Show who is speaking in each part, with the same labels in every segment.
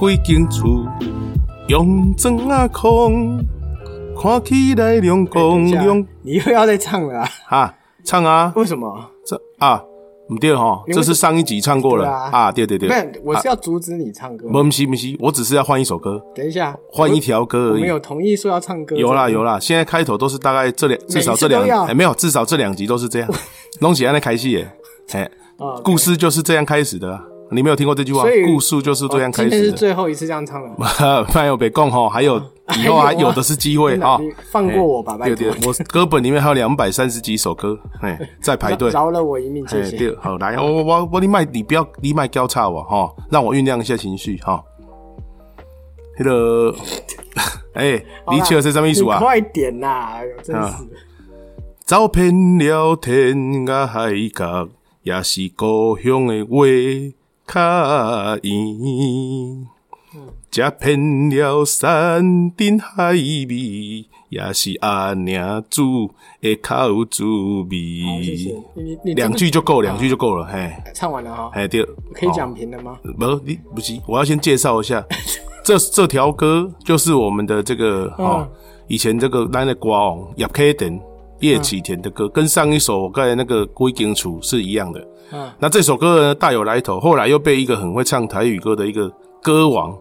Speaker 1: 几间厝，用砖啊空，看起来亮光
Speaker 2: 哎等一下
Speaker 1: 亮。
Speaker 2: 你又要再唱了、啊？
Speaker 1: 啊，唱啊，
Speaker 2: 嗯 为什么？
Speaker 1: 这啊，唔对吼，
Speaker 2: 你为
Speaker 1: 这是上一集唱过了
Speaker 2: 对啊
Speaker 1: 啊，对对对，
Speaker 2: 不，我是
Speaker 1: 啊，
Speaker 2: 要阻止你唱歌。
Speaker 1: 不是不是，我只是要换一首歌，
Speaker 2: 等一下，
Speaker 1: 换一条歌
Speaker 2: 我
Speaker 1: 而
Speaker 2: 们
Speaker 1: 已。
Speaker 2: 有同意说要唱歌。
Speaker 1: 有啦
Speaker 2: 这个
Speaker 1: 有啦，现在开头都是大概这两，至少
Speaker 2: 每次
Speaker 1: 这
Speaker 2: 都
Speaker 1: 两
Speaker 2: 要
Speaker 1: 哎没有，至少这两集都是 这样，拢喜安的开戏耶，哎，
Speaker 2: 啊，
Speaker 1: 故事就是这样开始的啊，你没有听过这句话
Speaker 2: 所以？
Speaker 1: 故事就是这样开
Speaker 2: 今天
Speaker 1: 始
Speaker 2: 是
Speaker 1: 的。
Speaker 2: 最后一次这样唱了。
Speaker 1: 没有别讲吼，还有以后还
Speaker 2: 还有啊
Speaker 1: 有的是机会
Speaker 2: 真的
Speaker 1: 啊！
Speaker 2: 你放过我吧，拜
Speaker 1: 对
Speaker 2: 托。
Speaker 1: 对，我歌本里面还有两百三十几首歌，哎，在排队。
Speaker 2: 饶了我一命，谢
Speaker 1: 哎，
Speaker 2: 谢。
Speaker 1: 对，好来，我我我我你卖你不要你卖交叉我哈，让我酝酿一下情绪哈。那个，哎，
Speaker 2: 好啦
Speaker 1: 你切是什么意思啊
Speaker 2: 你？快点呐！哎呦真
Speaker 1: 啊
Speaker 2: 是的。
Speaker 1: 走遍了天涯海角，也是故乡的话较圆。食遍了山珍海味，也是阿娘煮的口滋
Speaker 2: 好谢谢
Speaker 1: 味。
Speaker 2: 你你你
Speaker 1: 两句就够，两句就够了，嘿，
Speaker 2: 唱完了哈，
Speaker 1: 嘿对，
Speaker 2: 可以
Speaker 1: 哦
Speaker 2: 讲评了吗？
Speaker 1: 不，你不是，我要先介绍一下，这这条歌就是我们的这个哦，以前这个咱的歌王叶启田、叶启田的歌，跟上一首我刚才那个《归根处》是一样的。
Speaker 2: 嗯
Speaker 1: 那这首歌呢大有来头，后来又被一个很会唱台语歌的一个歌王，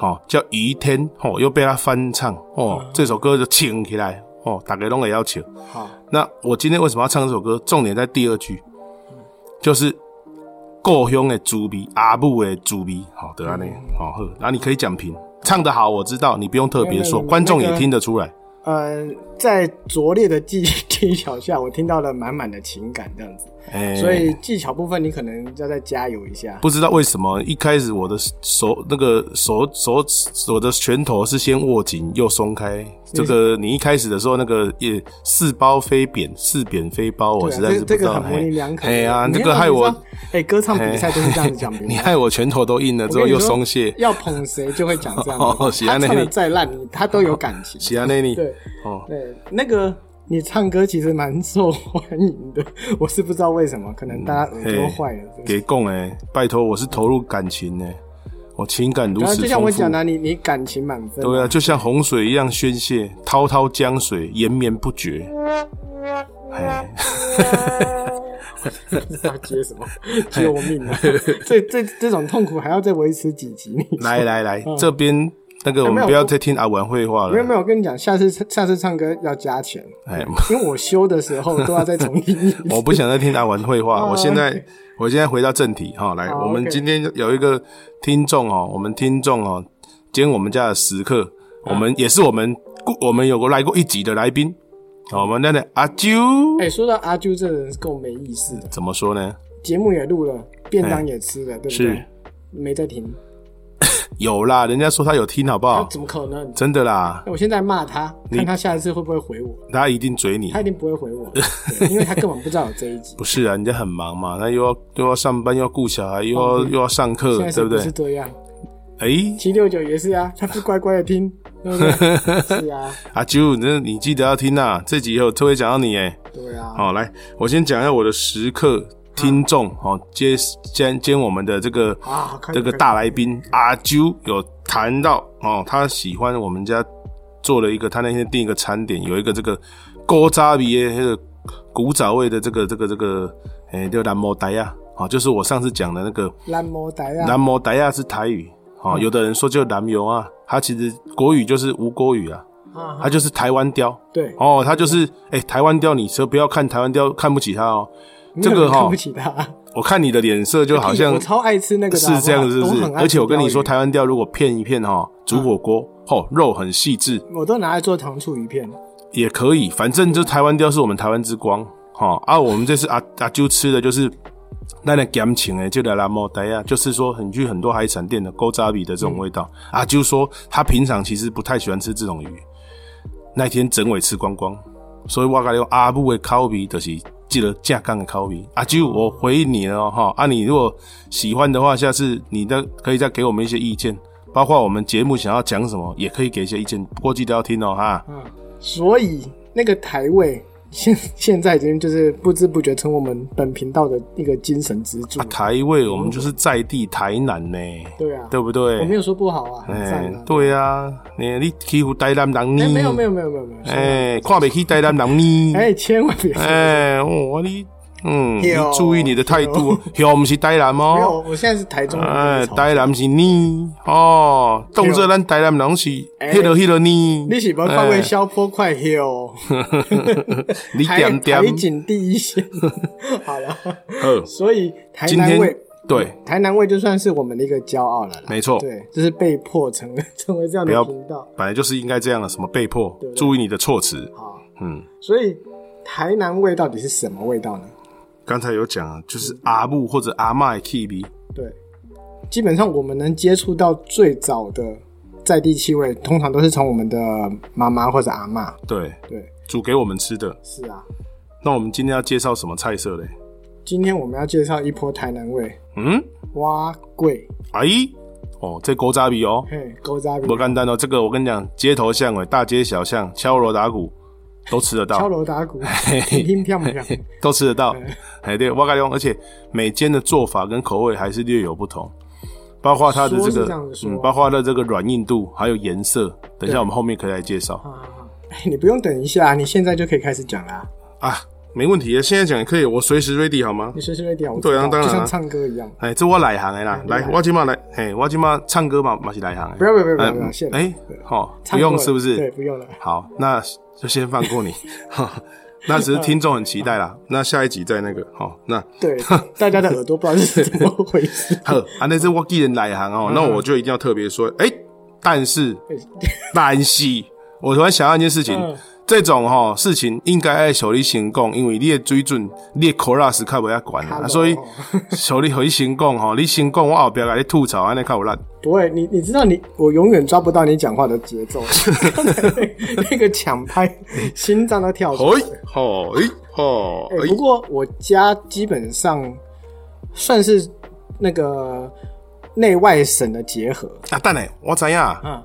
Speaker 1: 哦，叫于天，哦，又被他翻唱，哦，这首歌就请起来，哦，大家拢也要请。
Speaker 2: 好，
Speaker 1: 那我今天为什么要唱这首歌？重点在第二句，就是故乡的猪鼻，阿母的猪鼻，好得安尼，哦
Speaker 2: 嗯
Speaker 1: 好呵，然后你可以讲评，唱得好，我知道，你不用特别
Speaker 2: 没有
Speaker 1: 说，
Speaker 2: 没有
Speaker 1: 观众
Speaker 2: 嗯那
Speaker 1: 也
Speaker 2: 个
Speaker 1: 听得出来。
Speaker 2: 呃，在拙劣的技技巧下，我听到了满满的情感，这样子。
Speaker 1: 哎
Speaker 2: 所以技巧部分，你可能要再加油一下。
Speaker 1: 不知道为什么一开始我的手那个手手我的拳头是先握紧又松开。这个你一开始的时候，那个也似包非扁，似扁非包，我
Speaker 2: 对啊
Speaker 1: 实在是
Speaker 2: 这
Speaker 1: 不
Speaker 2: 这
Speaker 1: 知
Speaker 2: 个
Speaker 1: 道。
Speaker 2: 很模棱两可。
Speaker 1: 哎呀，
Speaker 2: 你
Speaker 1: 那
Speaker 2: 看
Speaker 1: 个害我，。
Speaker 2: 哎，歌唱比赛都是这样子讲评
Speaker 1: 你
Speaker 2: 的。
Speaker 1: 害我拳头都硬了之后又松懈。
Speaker 2: 要捧谁就会讲这样
Speaker 1: 哦
Speaker 2: 子。
Speaker 1: 是
Speaker 2: 他
Speaker 1: 安尼
Speaker 2: 唱的再烂，你他都有感情。
Speaker 1: 喜安内尼，
Speaker 2: 对
Speaker 1: 哦，
Speaker 2: 对，那个你唱歌其实蛮受欢迎的，我是不知道为什么，可能大家耳朵坏了。是
Speaker 1: 嗯
Speaker 2: 不是
Speaker 1: 给供哎，拜托，我是投入感情哎，我情感如
Speaker 2: 然后
Speaker 1: 此
Speaker 2: 就像
Speaker 1: 丰
Speaker 2: 我
Speaker 1: 富
Speaker 2: 讲。的，啊你你感情满分。
Speaker 1: 对啊，就像洪水一样宣泄，滔滔江水延绵不绝。哎，
Speaker 2: 不知道接什 么，救命啊！这这这种痛苦还要再维持几集？你
Speaker 1: 来来来，这边那个我
Speaker 2: 嗯哎没
Speaker 1: 们
Speaker 2: 有
Speaker 1: 不要再听阿文绘画
Speaker 2: 没有
Speaker 1: 了。
Speaker 2: 没有，我跟你讲，下次下次唱歌要加钱，
Speaker 1: 哎，。
Speaker 2: 因为我修的时候都要再重听一次
Speaker 1: 我不想再听阿文绘 画。我现在我现在回到正题哈，来，
Speaker 2: 好
Speaker 1: 我们
Speaker 2: 哦 OK
Speaker 1: 今天有一个听众哦，我们听众哦，今天我们家的食客，我
Speaker 2: 啊
Speaker 1: 们也是我们故我们有过来过一集的来宾，好我们那的阿啾。
Speaker 2: 哎，说到阿啾这人是够没意思的，
Speaker 1: 怎么说呢？
Speaker 2: 节目也录了，便当也吃了，对不对
Speaker 1: 哎是？
Speaker 2: 没在听，
Speaker 1: 有啦，人家说他有听，好不
Speaker 2: 他
Speaker 1: 好？
Speaker 2: 怎么可能？哎
Speaker 1: 真的啦，
Speaker 2: 我现在骂他，看他下一次会不会回我。
Speaker 1: 他一定嘴你
Speaker 2: 他。一定不会 回我，对因为他根本不知道有这一集。
Speaker 1: 不是啊，人家很忙嘛，他又要又要上班，又要顾小孩，又要又要上课
Speaker 2: 哦
Speaker 1: 对
Speaker 2: 现在，是
Speaker 1: 不
Speaker 2: 不
Speaker 1: 对
Speaker 2: 是？这样？
Speaker 1: 哎，
Speaker 2: 七六九也是啊，他是乖乖的听，对 不对？是啊，
Speaker 1: 阿啾，那你记得要听啊，这集也有特别讲到你哎。
Speaker 2: 对啊。
Speaker 1: 好，来，我先讲一下我的时刻听众哦，接兼兼我们的这个
Speaker 2: 啊，
Speaker 1: 这
Speaker 2: 快点
Speaker 1: 个
Speaker 2: 快点
Speaker 1: 大来宾阿啾有谈到哦，他喜欢我们家做了一个，他那天订一个餐点，有一个这个锅渣味的那个古早味的这个这个这个，哎、叫蓝摩呆亚哦，就是我上次讲的那个
Speaker 2: 蓝魔呆啊，嗯
Speaker 1: 蓝摩呆亚是台语哦，有的人说叫蓝油啊，它其实国语就是吴国语啊，
Speaker 2: 啊
Speaker 1: 它就是台湾雕
Speaker 2: 对，
Speaker 1: 哦，它就是哎、台湾雕，你说不要看台湾雕看不起它哦，这
Speaker 2: 没有
Speaker 1: 个
Speaker 2: 人看
Speaker 1: 哈、
Speaker 2: 不起他，
Speaker 1: 我看你的脸色就好像
Speaker 2: 我超爱吃那个的，
Speaker 1: 是这样，是不
Speaker 2: 好
Speaker 1: 是
Speaker 2: 好很？爱吃
Speaker 1: 而且我跟你说，
Speaker 2: 鲷鱼嗯
Speaker 1: 台湾调如果片一片哈，煮火锅吼，肉很细致
Speaker 2: 我都拿来做糖醋鱼片，
Speaker 1: 也可以，反正就台湾调是我们台湾之光哈。啊，我们这次阿阿啾吃的就是那那感情哎，就来拉莫呆呀，就是说你去很多海产店的勾扎比的这种味道。阿啾说他平常其实不太喜欢吃这种鱼，那天整尾吃光光，所以我跟你讲，阿母的口味就是记得正港的口味。阿舅，我回应你了哦哈、啊，你如果喜欢的话，下次你再可以再给我们一些意见，包括我们节目想要嗯讲什么，也可以给一些意见。不过记得要听哦哈。
Speaker 2: 嗯，所以那个台味现 现在已经就是不知不觉成我们本频道的一个精神支柱
Speaker 1: 啊，。台味我们就是在地台南呢，
Speaker 2: 对啊，
Speaker 1: 对不
Speaker 2: 我没
Speaker 1: 对？
Speaker 2: 有说不好啊，很赞
Speaker 1: 哎
Speaker 2: 啊。，
Speaker 1: 对啊，你你欺负台南人
Speaker 2: 哎，
Speaker 1: 呢？
Speaker 2: 没有没有没有没有没有。
Speaker 1: 哎，看不起台南人呢？
Speaker 2: 哎，哦千万别说。
Speaker 1: 哎，我你嗯，你
Speaker 2: 哟
Speaker 1: 注意你的态度，
Speaker 2: 哦
Speaker 1: 哟，不是台南
Speaker 2: 没有，
Speaker 1: 哦，
Speaker 2: 我现在是台中人。
Speaker 1: 哎，
Speaker 2: 我
Speaker 1: 台南是你哦，动作咱台南人是
Speaker 2: 哎
Speaker 1: 迄落迄落你，
Speaker 2: 你喜欢看过
Speaker 1: 哎
Speaker 2: 消坡快 hill？
Speaker 1: 你
Speaker 2: 台
Speaker 1: 哎点点
Speaker 2: 台景第一线。好了，
Speaker 1: 好
Speaker 2: 所以台
Speaker 1: 今
Speaker 2: 南
Speaker 1: 天
Speaker 2: 味，
Speaker 1: 对，
Speaker 2: 台南味就算是我们的一个骄傲了啦。
Speaker 1: 没错，
Speaker 2: 对，就是被迫成为成为这样
Speaker 1: 不要
Speaker 2: 的频道。
Speaker 1: 本来就是应该这样的，什么被迫
Speaker 2: 对不，对
Speaker 1: 注意你的措辞，
Speaker 2: 好，
Speaker 1: 嗯。
Speaker 2: 啊所以台南味到底是什么味道呢？
Speaker 1: 刚才有讲啊，就是阿木或者阿嬷的 K B，
Speaker 2: 对，基本上我们能接触到最早的在地气味，通常都是从我们的妈妈或者阿嬷。
Speaker 1: 对，
Speaker 2: 对，
Speaker 1: 煮给我们吃的。
Speaker 2: 是啊。
Speaker 1: 那我们今天要介绍什么菜色嘞？
Speaker 2: 今天我们要介绍一波台南味
Speaker 1: 嗯，
Speaker 2: 蛙桂，
Speaker 1: 阿姨，哦，这狗杂比哦，
Speaker 2: 嘿，勾扎比
Speaker 1: 不简单哦。这个我跟你讲，街头巷尾、大街小巷、敲锣打鼓都吃得
Speaker 2: 敲
Speaker 1: 到，
Speaker 2: 锣打鼓，乒乒乓乓。
Speaker 1: 都吃得到。哎，对，我跟你讲，而且每间的做法跟口味还是略有不同，包括它的
Speaker 2: 说是
Speaker 1: 个
Speaker 2: 这样子说
Speaker 1: 嗯，包括它的这个软硬度，还有颜色。等一下，我们后面可以来介绍
Speaker 2: 啊，哎你不用等一下，你现在就可以开始讲啦。
Speaker 1: 啊，没问题，现在讲也可以，我随时 ready 好吗？
Speaker 2: 你随时会点，我
Speaker 1: 对啊
Speaker 2: 知道
Speaker 1: 当然啊
Speaker 2: 就像唱歌一样。
Speaker 1: 哎，这我内行的啦，
Speaker 2: 来
Speaker 1: 来，我今嘛来，嘿，我今嘛唱歌嘛嘛是内行的。
Speaker 2: 啊不要不要不要不要
Speaker 1: 哎
Speaker 2: 不要，谢了。
Speaker 1: 哎，好，
Speaker 2: 唱
Speaker 1: 不
Speaker 2: 过
Speaker 1: 用
Speaker 2: 了
Speaker 1: 是不
Speaker 2: 对，
Speaker 1: 是？
Speaker 2: 不用了。
Speaker 1: 好，那就先放 过你。哈那只是听众很期待啦，那下一集再那个，好， 那
Speaker 2: 对，大家的耳朵不知道是怎么回 事。
Speaker 1: 呵，啊，那是我既然内行
Speaker 2: 嗯
Speaker 1: 哦，那我就一定要特别说，哎，但是但是，我突然想到一件事情
Speaker 2: 嗯。
Speaker 1: 这种哈、事情应该爱小你先讲，因为你的水准，你的 chorus 较不要管啦，啊
Speaker 2: Hello
Speaker 1: 所以小你你先讲吼，你先讲，我后边来吐槽，安尼较有力。
Speaker 2: 不会，你你知道你，我永远抓不到你讲话的 节奏。 刚才那那个抢拍，心脏都跳出来。
Speaker 1: 嘿，吼，哎，吼，
Speaker 2: 哎、
Speaker 1: 哎
Speaker 2: 不，过我家基本上算是那个内外省的结合
Speaker 1: 啊，蛋奶，我怎样？
Speaker 2: 啊。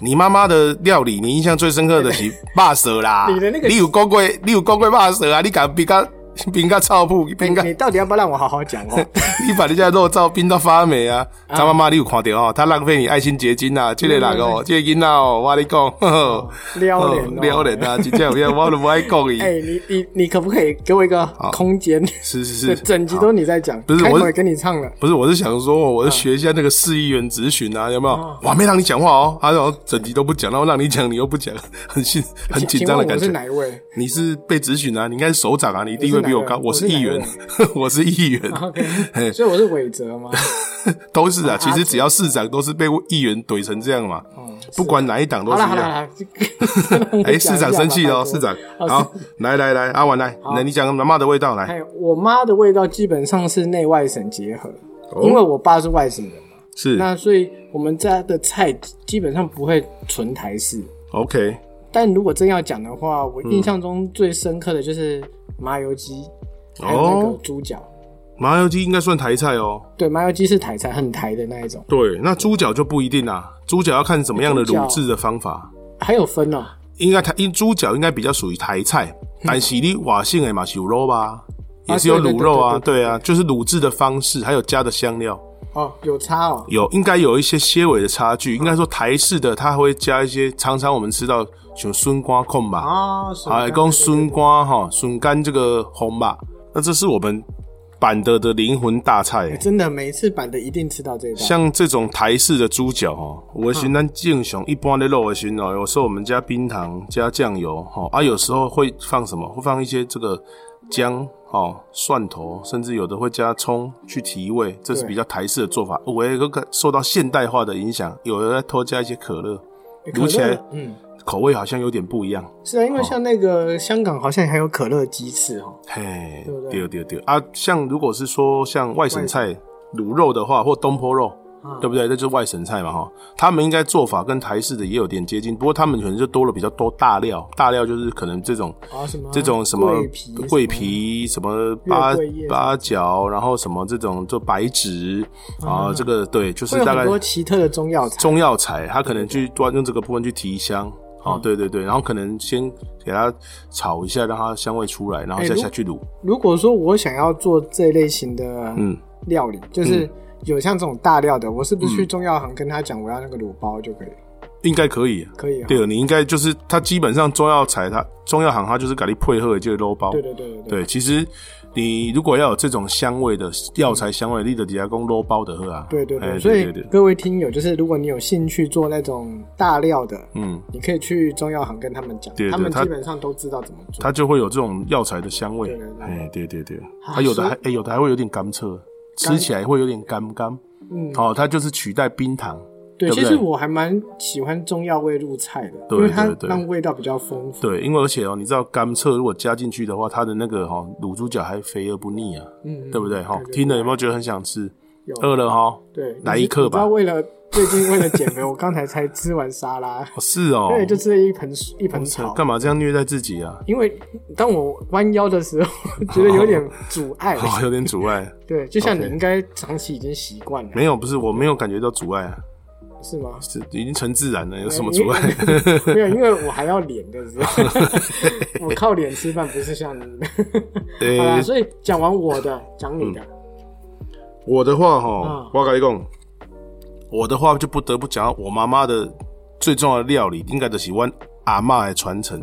Speaker 1: 你妈妈的料理，你印象最深刻的 是霸蛇啦。
Speaker 2: 你的那个
Speaker 1: 有公过，你有公过霸蛇啊？你敢冰个冰个臭 铺，
Speaker 2: 哎
Speaker 1: 冰个，
Speaker 2: 你到底要不要让我好好讲话？
Speaker 1: 你把人家的肉燥冰到发霉啊！张妈妈，你有看到哦？她浪费你爱心结晶
Speaker 2: 嗯
Speaker 1: 啊！这个人哦，这个囡仔哦，我跟你讲， 呵呵
Speaker 2: 撩脸、
Speaker 1: 哦撩脸啊！真正有影，我都不爱讲伊
Speaker 2: 哎、。你你你可不可以给我一个空间？
Speaker 1: 是是
Speaker 2: 对，
Speaker 1: 是，
Speaker 2: 整集都你在讲，
Speaker 1: 不是
Speaker 2: 开
Speaker 1: 我
Speaker 2: 头
Speaker 1: 是
Speaker 2: 也跟你唱了。
Speaker 1: 不是，我是想说，
Speaker 2: 嗯
Speaker 1: 我是学一下那个市议员质询啊，有没有？我还没让你讲话哦，啊，然后整集都不讲，然后让你讲，你又不讲，很紧很紧
Speaker 2: 请
Speaker 1: 张
Speaker 2: 问
Speaker 1: 的
Speaker 2: 我
Speaker 1: 感觉。
Speaker 2: 是哪一位
Speaker 1: 你是被质询啊，你应该是首长啊，你地位比我高，我
Speaker 2: 我
Speaker 1: 是
Speaker 2: 是
Speaker 1: 议
Speaker 2: 哪个
Speaker 1: 员，我是议员， 哎
Speaker 2: ？OK，所以我是伟哲吗？
Speaker 1: 都是啊。其实只要市长都是被议员怼成这样嘛，不管哪一党都
Speaker 2: 好
Speaker 1: 是一
Speaker 2: 了哦好了
Speaker 1: 样。
Speaker 2: 好了，这 个
Speaker 1: 哎，市长生气了哦，市。长，好，来来来，阿婉来，来你讲妈妈的味道来，
Speaker 2: 哎，我妈的味道基本上是内外省结合，
Speaker 1: 哦
Speaker 2: 因为我爸是外省人嘛，
Speaker 1: 是
Speaker 2: 那所以我们家的菜基本上不会纯台式。
Speaker 1: OK，
Speaker 2: 但如果真要讲的话，我
Speaker 1: 嗯
Speaker 2: 印象中最深刻的就是麻油鸡，还有那个
Speaker 1: 哦
Speaker 2: 猪脚。
Speaker 1: 麻油鸡应该算台菜哦。
Speaker 2: 对，麻油鸡是台菜，很台的那一种，
Speaker 1: 对，那猪脚就不一定啦、猪脚要看怎么样的
Speaker 2: 猪脚
Speaker 1: 卤制的方法。
Speaker 2: 还有分哦。
Speaker 1: 应该台，因猪脚应该比较属于台菜，
Speaker 2: 嗯
Speaker 1: 但是你瓦性哎嘛是有肉吧，也是有卤肉啊，
Speaker 2: 啊对对对对
Speaker 1: 对啊，就是卤制的方式，还有加的香料，
Speaker 2: 哦，有差哦。
Speaker 1: 有应该有一些些微的差
Speaker 2: 啊
Speaker 1: 距。应该说台式的它会加一些，常常我们吃到像笋干控吧，
Speaker 2: 啊，
Speaker 1: 啊，讲笋干哈，笋干这个红吧，那这是我们板德的灵魂大菜、欸。
Speaker 2: 哎真的每一次版的一定吃到这一道。
Speaker 1: 像这种台式的猪脚哦，
Speaker 2: 嗯
Speaker 1: 我寻咱敬雄一般的肉的寻哦，有时候我们加冰糖加酱油哦，啊，有时候会放什么？会放一些这个姜哦、蒜头，甚至有的会加葱去提味，这是
Speaker 2: 对
Speaker 1: 比较台式的做法。我也有个受到现代化的影响，有的在偷加一些可乐，
Speaker 2: 可乐
Speaker 1: 卤起来
Speaker 2: 嗯，
Speaker 1: 口味好像有点不一样。
Speaker 2: 是啊，因为像那个香港好像还有可乐鸡翅哦。
Speaker 1: 嘿
Speaker 2: 对不，
Speaker 1: 对
Speaker 2: 对
Speaker 1: 对对啊！像如果是说像外省菜卤肉的话，或东坡肉，对不对？那就是外省菜嘛哈。他们应该做法跟台式的也有点接近，不过他们可能就多了比较多大料，大料就是可能这种
Speaker 2: 啊，什么
Speaker 1: 这种什么
Speaker 2: 桂皮、
Speaker 1: 桂皮什么八
Speaker 2: 月桂叶
Speaker 1: 八角，然后什么这种就白芷啊，这个对，就
Speaker 2: 什
Speaker 1: 是
Speaker 2: 么，会
Speaker 1: 大
Speaker 2: 有
Speaker 1: 概
Speaker 2: 很多奇特的中药材。
Speaker 1: 中药材，它可能去专用这个部分去提香。
Speaker 2: 嗯
Speaker 1: 哦，对对对，然后可能先给它炒一下，让它香味出来，然后
Speaker 2: 哎
Speaker 1: 再
Speaker 2: 如
Speaker 1: 下去卤。
Speaker 2: 如果说我想要做这类型的
Speaker 1: 嗯，
Speaker 2: 料理，就是有像这种大料的，我是不是去中药行跟他讲我要那个卤包就可以？
Speaker 1: 应该可以。
Speaker 2: 可以啊。
Speaker 1: 对，你应该就是它基本上中药材它中药行它就是给你配合的这个肉包。
Speaker 2: 对对对对对。
Speaker 1: 对，其实你如果要有这种香味的药材香味，你的底下公肉包的喝啊。
Speaker 2: 对对
Speaker 1: 哎
Speaker 2: 对，所以
Speaker 1: 对对，
Speaker 2: 各位听友，就是如果你有兴趣做那种大料的，
Speaker 1: 嗯，
Speaker 2: 你可以去中药行跟他们讲，
Speaker 1: 对对
Speaker 2: 他们
Speaker 1: 他
Speaker 2: 基本上都知道怎么做。
Speaker 1: 它就会有这种药材的香味
Speaker 2: 对对。对
Speaker 1: 哎，对对对，
Speaker 2: 啊
Speaker 1: 它有的
Speaker 2: 所以
Speaker 1: 还哎有的还会有点甘蔗，吃
Speaker 2: 甘
Speaker 1: 起来会有点甘甘。
Speaker 2: 嗯，
Speaker 1: 哦，它就是取代冰糖。对
Speaker 2: 对，
Speaker 1: 不
Speaker 2: 其
Speaker 1: 对
Speaker 2: 实我还蛮喜欢中药味入菜的，
Speaker 1: 对
Speaker 2: 因为它
Speaker 1: 对对
Speaker 2: 让味道比较丰富。
Speaker 1: 对，因为而且哦，你知道甘蔗如果加进去的话，它的那个哈、哦、卤猪脚还肥而不腻啊，
Speaker 2: 嗯，嗯
Speaker 1: 对不对哈、
Speaker 2: 对对
Speaker 1: 听了有没有觉得很想吃？
Speaker 2: 有
Speaker 1: 饿了哈、哦
Speaker 2: 对，
Speaker 1: 来一克吧
Speaker 2: 你知道为了 最近为了减肥，我刚才才吃完沙拉，
Speaker 1: 是哦，
Speaker 2: 对，就吃了一盆一盆
Speaker 1: 操
Speaker 2: 草。
Speaker 1: 干嘛这样虐待自己啊？
Speaker 2: 因为当我弯腰的时候，觉得有点阻碍。
Speaker 1: 哦，有点阻碍，
Speaker 2: 对，就像你
Speaker 1: OK
Speaker 2: 应该长期已经习惯了，
Speaker 1: 没有，不是，我没有感觉到阻碍啊，
Speaker 2: 是吗？
Speaker 1: 是已经成自然了，有什么阻碍？
Speaker 2: 没有，因为 我还要脸的 时候，我靠脸吃饭，不是像你。 好啦，
Speaker 1: 呃，
Speaker 2: 所以讲完我的，讲你的，
Speaker 1: 嗯我的话哈、
Speaker 2: 嗯
Speaker 1: 我跟你讲，我的话就不得不讲到我妈妈的最重要的料理，应该就是我阿嬷的传承。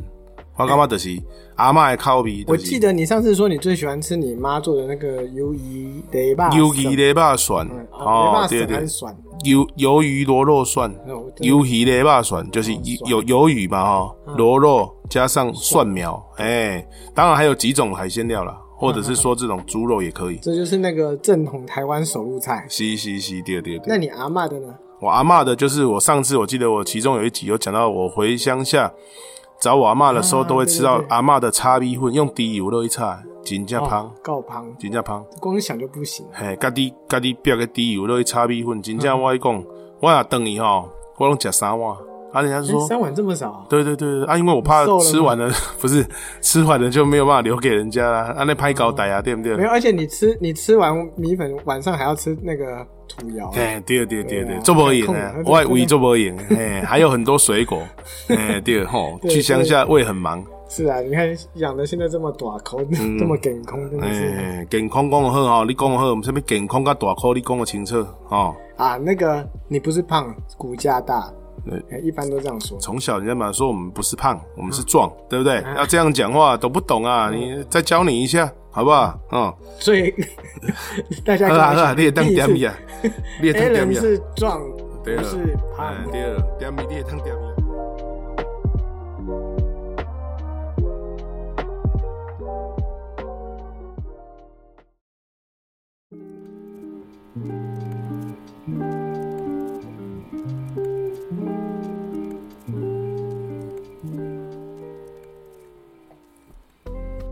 Speaker 1: 我感觉就是阿嬷的口味、就是，
Speaker 2: 我记得你上次说你最喜欢吃你妈做的那个鱿鱼雷霸，
Speaker 1: 鱿鱼的肉蒜
Speaker 2: 嗯，，雷
Speaker 1: 哦
Speaker 2: 霸，
Speaker 1: 对
Speaker 2: 粉
Speaker 1: 对
Speaker 2: 很，酸，
Speaker 1: 鱿鱿鱼螺肉蒜，
Speaker 2: 那我真的
Speaker 1: 鱿鱼的肉蒜就是
Speaker 2: 哦
Speaker 1: 有鱿鱼嘛哈，
Speaker 2: 嗯
Speaker 1: 螺肉加上蒜苗，哎，当然还有几种海鲜料啦，或者
Speaker 2: 嗯
Speaker 1: 是说这种猪肉也可以。
Speaker 2: 这就是那个正统台湾手入菜。
Speaker 1: 是是是，对对
Speaker 2: 那
Speaker 1: 对。
Speaker 2: 你阿嬷的呢？
Speaker 1: 我阿嬷的就是我上次我记得我其中有一集有讲到，我回乡下找我阿嬷的时候，
Speaker 2: 啊
Speaker 1: 都会吃到
Speaker 2: 对对对哦
Speaker 1: 阿嬷的叉米粉，用猪油落去炒，真正香，
Speaker 2: 告胖，
Speaker 1: 真正香。
Speaker 2: 光想就不行。
Speaker 1: 嘿，家己家己逼个猪油落去炒米粉，真
Speaker 2: 嗯
Speaker 1: 正我跟你讲，我若等伊吼，我拢食三碗。啊，人家
Speaker 2: 哎
Speaker 1: 说，
Speaker 2: 三碗这么少啊？
Speaker 1: 对对对对啊，因为我怕
Speaker 2: 你瘦了吗
Speaker 1: 吃完了 不是吃完了就没有办法留给人家啦，啊那拍高歹啊，对不对
Speaker 2: 没？有，而且你吃你吃完米粉，晚上还要吃那个土窑。
Speaker 1: 哎，对对对
Speaker 2: 对
Speaker 1: 对
Speaker 2: 啊，
Speaker 1: 做不赢
Speaker 2: 控
Speaker 1: 啊
Speaker 2: 啊，
Speaker 1: 我的胃做不赢，哎，还有很多水 果，哎，对吼，
Speaker 2: 对
Speaker 1: 去乡下胃很忙，
Speaker 2: 是啊，你看养的现在这么短口， 这么梗空，真的
Speaker 1: 嗯
Speaker 2: 是啊
Speaker 1: 哎，健康讲的好吼，你讲的好，我们什么健康跟大口，你讲的清楚哦。
Speaker 2: 啊。那个你不是胖，骨架大
Speaker 1: 对，
Speaker 2: 哎一般都这样说。
Speaker 1: 从小人家嘛说我们不是胖，我们是壮，
Speaker 2: 嗯
Speaker 1: 对不对？要这样讲话懂不懂啊？你再教你一下好不好？嗯，
Speaker 2: 所以大家
Speaker 1: 好
Speaker 2: 跟
Speaker 1: 啦好
Speaker 2: 我
Speaker 1: 啦，
Speaker 2: 想
Speaker 1: 你也当
Speaker 2: 第一
Speaker 1: 点米
Speaker 2: 次
Speaker 1: 啊，你也当点
Speaker 2: ，Allen
Speaker 1: 米啊。
Speaker 2: 哎是壮，不
Speaker 1: 对了，
Speaker 2: 是胖
Speaker 1: 哎。对了，点米你会通点米。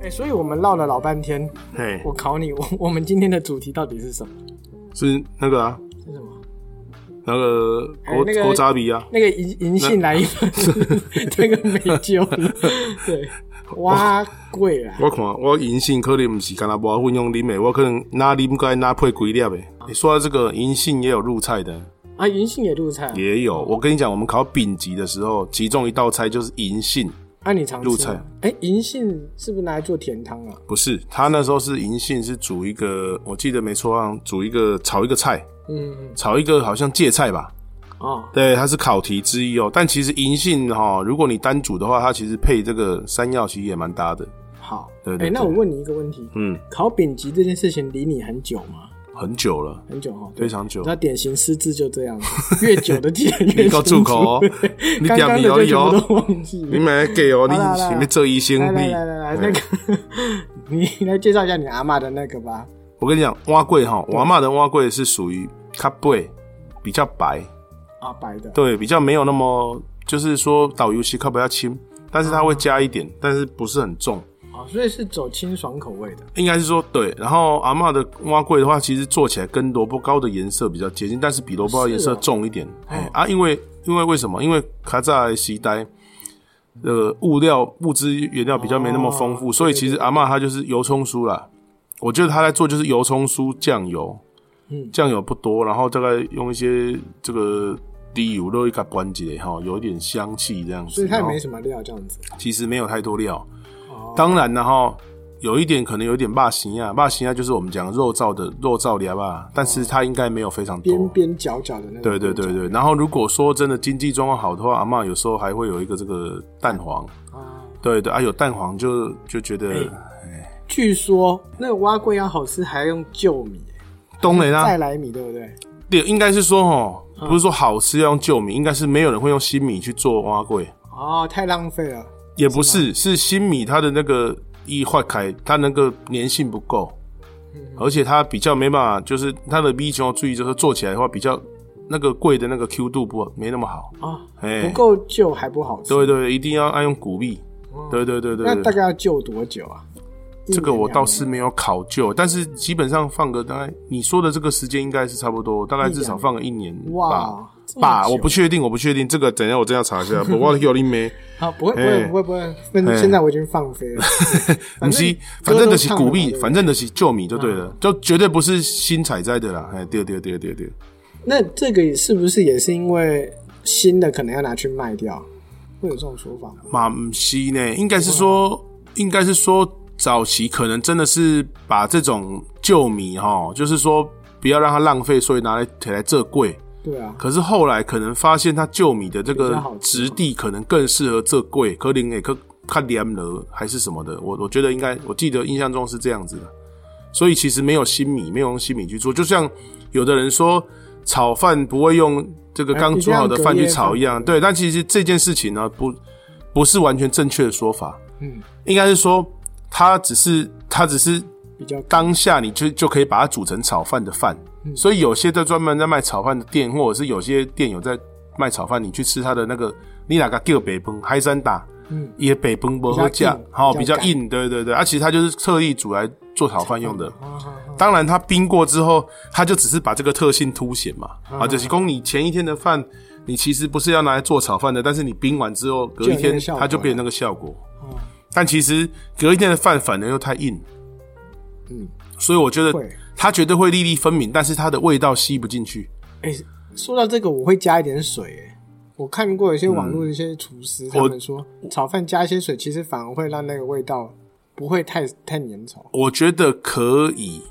Speaker 2: 哎，所以我们唠了老半天，
Speaker 1: 嘿，
Speaker 2: 我考你，我 我们今天的主题到底是什么？
Speaker 1: 是那个啊，
Speaker 2: 是什么？
Speaker 1: 那个
Speaker 2: 哎
Speaker 1: 国
Speaker 2: 那个
Speaker 1: 国扎比啊，
Speaker 2: 那个银银杏来一份，这个美 酒，对，蛙贵啊啦。
Speaker 1: 我看我银杏可能不是干那无混用啉的，我可能哪啉该哪配几粒的。你说到这个银杏也有入菜的，
Speaker 2: 啊，银杏也入菜啊，
Speaker 1: 也有。我跟你讲，我们考丙级的时候，其中一道菜就是银杏，
Speaker 2: 啊，你常吃吗
Speaker 1: 入菜。
Speaker 2: 哎，银杏是不是拿来做甜汤啊？
Speaker 1: 不是他那时候是银杏是煮一个，我记得没错，好像煮一个炒一个菜，
Speaker 2: 嗯，
Speaker 1: 炒一个好像芥菜吧，
Speaker 2: 哦，
Speaker 1: 对，它是考题之一哦。但其实银杏哈、如果你单煮的话，它其实配这个山药其实也蛮搭的。
Speaker 2: 好。
Speaker 1: 对对
Speaker 2: 哎，那
Speaker 1: 对
Speaker 2: 我问你一个问题，
Speaker 1: 嗯，
Speaker 2: 考丙级这件事情离你很久吗？
Speaker 1: 很久了，
Speaker 2: 很久哈，
Speaker 1: 非常久。
Speaker 2: 那典型失智就这 样，越久的记得越
Speaker 1: 你搞
Speaker 2: 清
Speaker 1: 住
Speaker 2: 楚
Speaker 1: 口哦 你
Speaker 2: 刚
Speaker 1: 点
Speaker 2: 刚的
Speaker 1: 名
Speaker 2: 就
Speaker 1: 而已
Speaker 2: 全部
Speaker 1: 哦。
Speaker 2: 都忘记
Speaker 1: 你
Speaker 2: 了。
Speaker 1: 买给哦，你
Speaker 2: 好啦好啦
Speaker 1: 前面这一星
Speaker 2: 来来
Speaker 1: 你哎
Speaker 2: 来来来，那个 你来介绍一下你阿嬷的那个吧。
Speaker 1: 我跟你讲，蛙桂哈，
Speaker 2: 嗯
Speaker 1: 我妈的蛙桂是属于咖贝，比较白，
Speaker 2: 啊，白的，
Speaker 1: 对，比较没有那么，就是说导游西咖贝要轻，但是它会加一点，但是不是很重。
Speaker 2: 哦，所以是走清爽口味的。
Speaker 1: 应该是说对，然后阿嬷的蛙桂的话，其实做起来跟萝卜糕的颜色比较接近，但是比萝卜糕颜色重一点。
Speaker 2: 哦
Speaker 1: 哎、啊，因为因为为什么？因为卡扎的时代，呃，物料物资原料比较没那么丰富，
Speaker 2: 哦
Speaker 1: 所以其实阿嬷她就是油葱酥啦。我觉得她在做就是油葱酥酱油，
Speaker 2: 嗯
Speaker 1: 酱油不多，然后大概用一些这个低油肉一个关节哈，有一点香气这样子。
Speaker 2: 所以它也
Speaker 1: 然
Speaker 2: 没
Speaker 1: 后
Speaker 2: 什么料这样子。
Speaker 1: 其实没有太多料。
Speaker 2: 哦
Speaker 1: 当然了哈，有一点可能有点霸行啊，霸行啊就是我们讲肉燥的肉燥料吧，但是它应该没有非常多。
Speaker 2: 哦边边角角的那种。
Speaker 1: 哦对对对对，然后如果说真的经济状况好的话，阿嬷有时候还会有一个这个蛋黄，
Speaker 2: 啊，
Speaker 1: 对对啊，有蛋黄就就觉
Speaker 2: 哎
Speaker 1: 得
Speaker 2: 据说那个蛙龟要好吃，还用旧米，
Speaker 1: 东雷
Speaker 2: 再
Speaker 1: 啦，
Speaker 2: 来米，对不对？
Speaker 1: 对，应该是说哦，
Speaker 2: 嗯
Speaker 1: 不是说好吃要用旧米，应该是没有人会用新米去做蛙粿，
Speaker 2: 哦，太浪费了。
Speaker 1: 也不是，是新米它的那个一化开，它那个粘性不够，
Speaker 2: 嗯
Speaker 1: 而且它比较没办法，就是它的米就要注意，就是做起来的话比较那个贵的那个 Q 度不没那么好，
Speaker 2: 啊，
Speaker 1: 哎、
Speaker 2: 不够旧还不好吃。
Speaker 1: 对对对，一定要按用谷米，对对对对
Speaker 2: 哦那
Speaker 1: 对。
Speaker 2: 大概要旧多久啊？
Speaker 1: 这个我倒
Speaker 2: 是
Speaker 1: 是没有考究，但是基本上放个大概你说的这个时间应该是差不多，大概至少放个一年吧。
Speaker 2: 哇，这么
Speaker 1: 吧，
Speaker 2: 久
Speaker 1: 我不确定，我不确定这个，等一下我真要查一下。不，我有你没？
Speaker 2: 好，啊不会不
Speaker 1: 哎
Speaker 2: 会不会不会，反正现在我已经放飞了。
Speaker 1: 不是，反
Speaker 2: 反
Speaker 1: 正
Speaker 2: 正
Speaker 1: 都是古币，
Speaker 2: 歌都唱了嘛对不对
Speaker 1: 反正都是旧米就对了，就绝对不是新采摘的啦。哎，对对对对对，
Speaker 2: 那这个是不是也是因为新的可能要拿去卖掉，会有这种说法吗？
Speaker 1: 马唔西呢，应该是说，应该是说早期可能真的是把这种旧米哈，就是说不要让它浪费，所以拿来拿来这贵。
Speaker 2: 对啊，
Speaker 1: 可是后来可能发现它旧米的这
Speaker 2: 比
Speaker 1: 个
Speaker 2: 较好啊吃
Speaker 1: 质地可能更适合这贵，可能也可看黏了还是什么的。我我觉得应该，我记得印象中是这样子的。所以其实没有新米，没有用新米去做，就像有的人说炒饭不会用这
Speaker 2: 哎
Speaker 1: 个刚煮好的饭去炒一样，对。但其实这件事情呢，不不是完全正确的说法，
Speaker 2: 嗯，
Speaker 1: 应该是说它只是它只是
Speaker 2: 比较
Speaker 1: 当下你就就可以把它煮成炒饭的饭。所以有些在专门在卖炒饭的店，或者是有些店有在卖炒饭，你去吃它的那个，你哪个叫北崩海山打，
Speaker 2: 嗯，
Speaker 1: 也北崩不喝价，好比
Speaker 2: 比
Speaker 1: 较
Speaker 2: 较硬
Speaker 1: 硬，对对对，啊，其实它就是特意煮来做炒饭用的。
Speaker 2: 啊啊
Speaker 1: 当然，它冰过之后，它就只是把这个特性凸显嘛。
Speaker 2: 嗯
Speaker 1: 啊，就是供你前一天的饭，你其实不是要拿来做炒饭的，但是你冰完之后，隔一
Speaker 2: 就有那
Speaker 1: 天
Speaker 2: 个效果
Speaker 1: 它就变那个效果。但其实隔一天的饭反而又太硬。
Speaker 2: 嗯，
Speaker 1: 所以我觉得
Speaker 2: 会
Speaker 1: 它绝对会粒粒分明，但是它的味道吸不进去。
Speaker 2: 哎、说到这个，我会加一点水、哎，我看过有些
Speaker 1: 嗯
Speaker 2: 网络的一些厨师、他们说，炒饭加一些水，其实反而会让那个味道不会太太粘稠，
Speaker 1: 我觉得可以，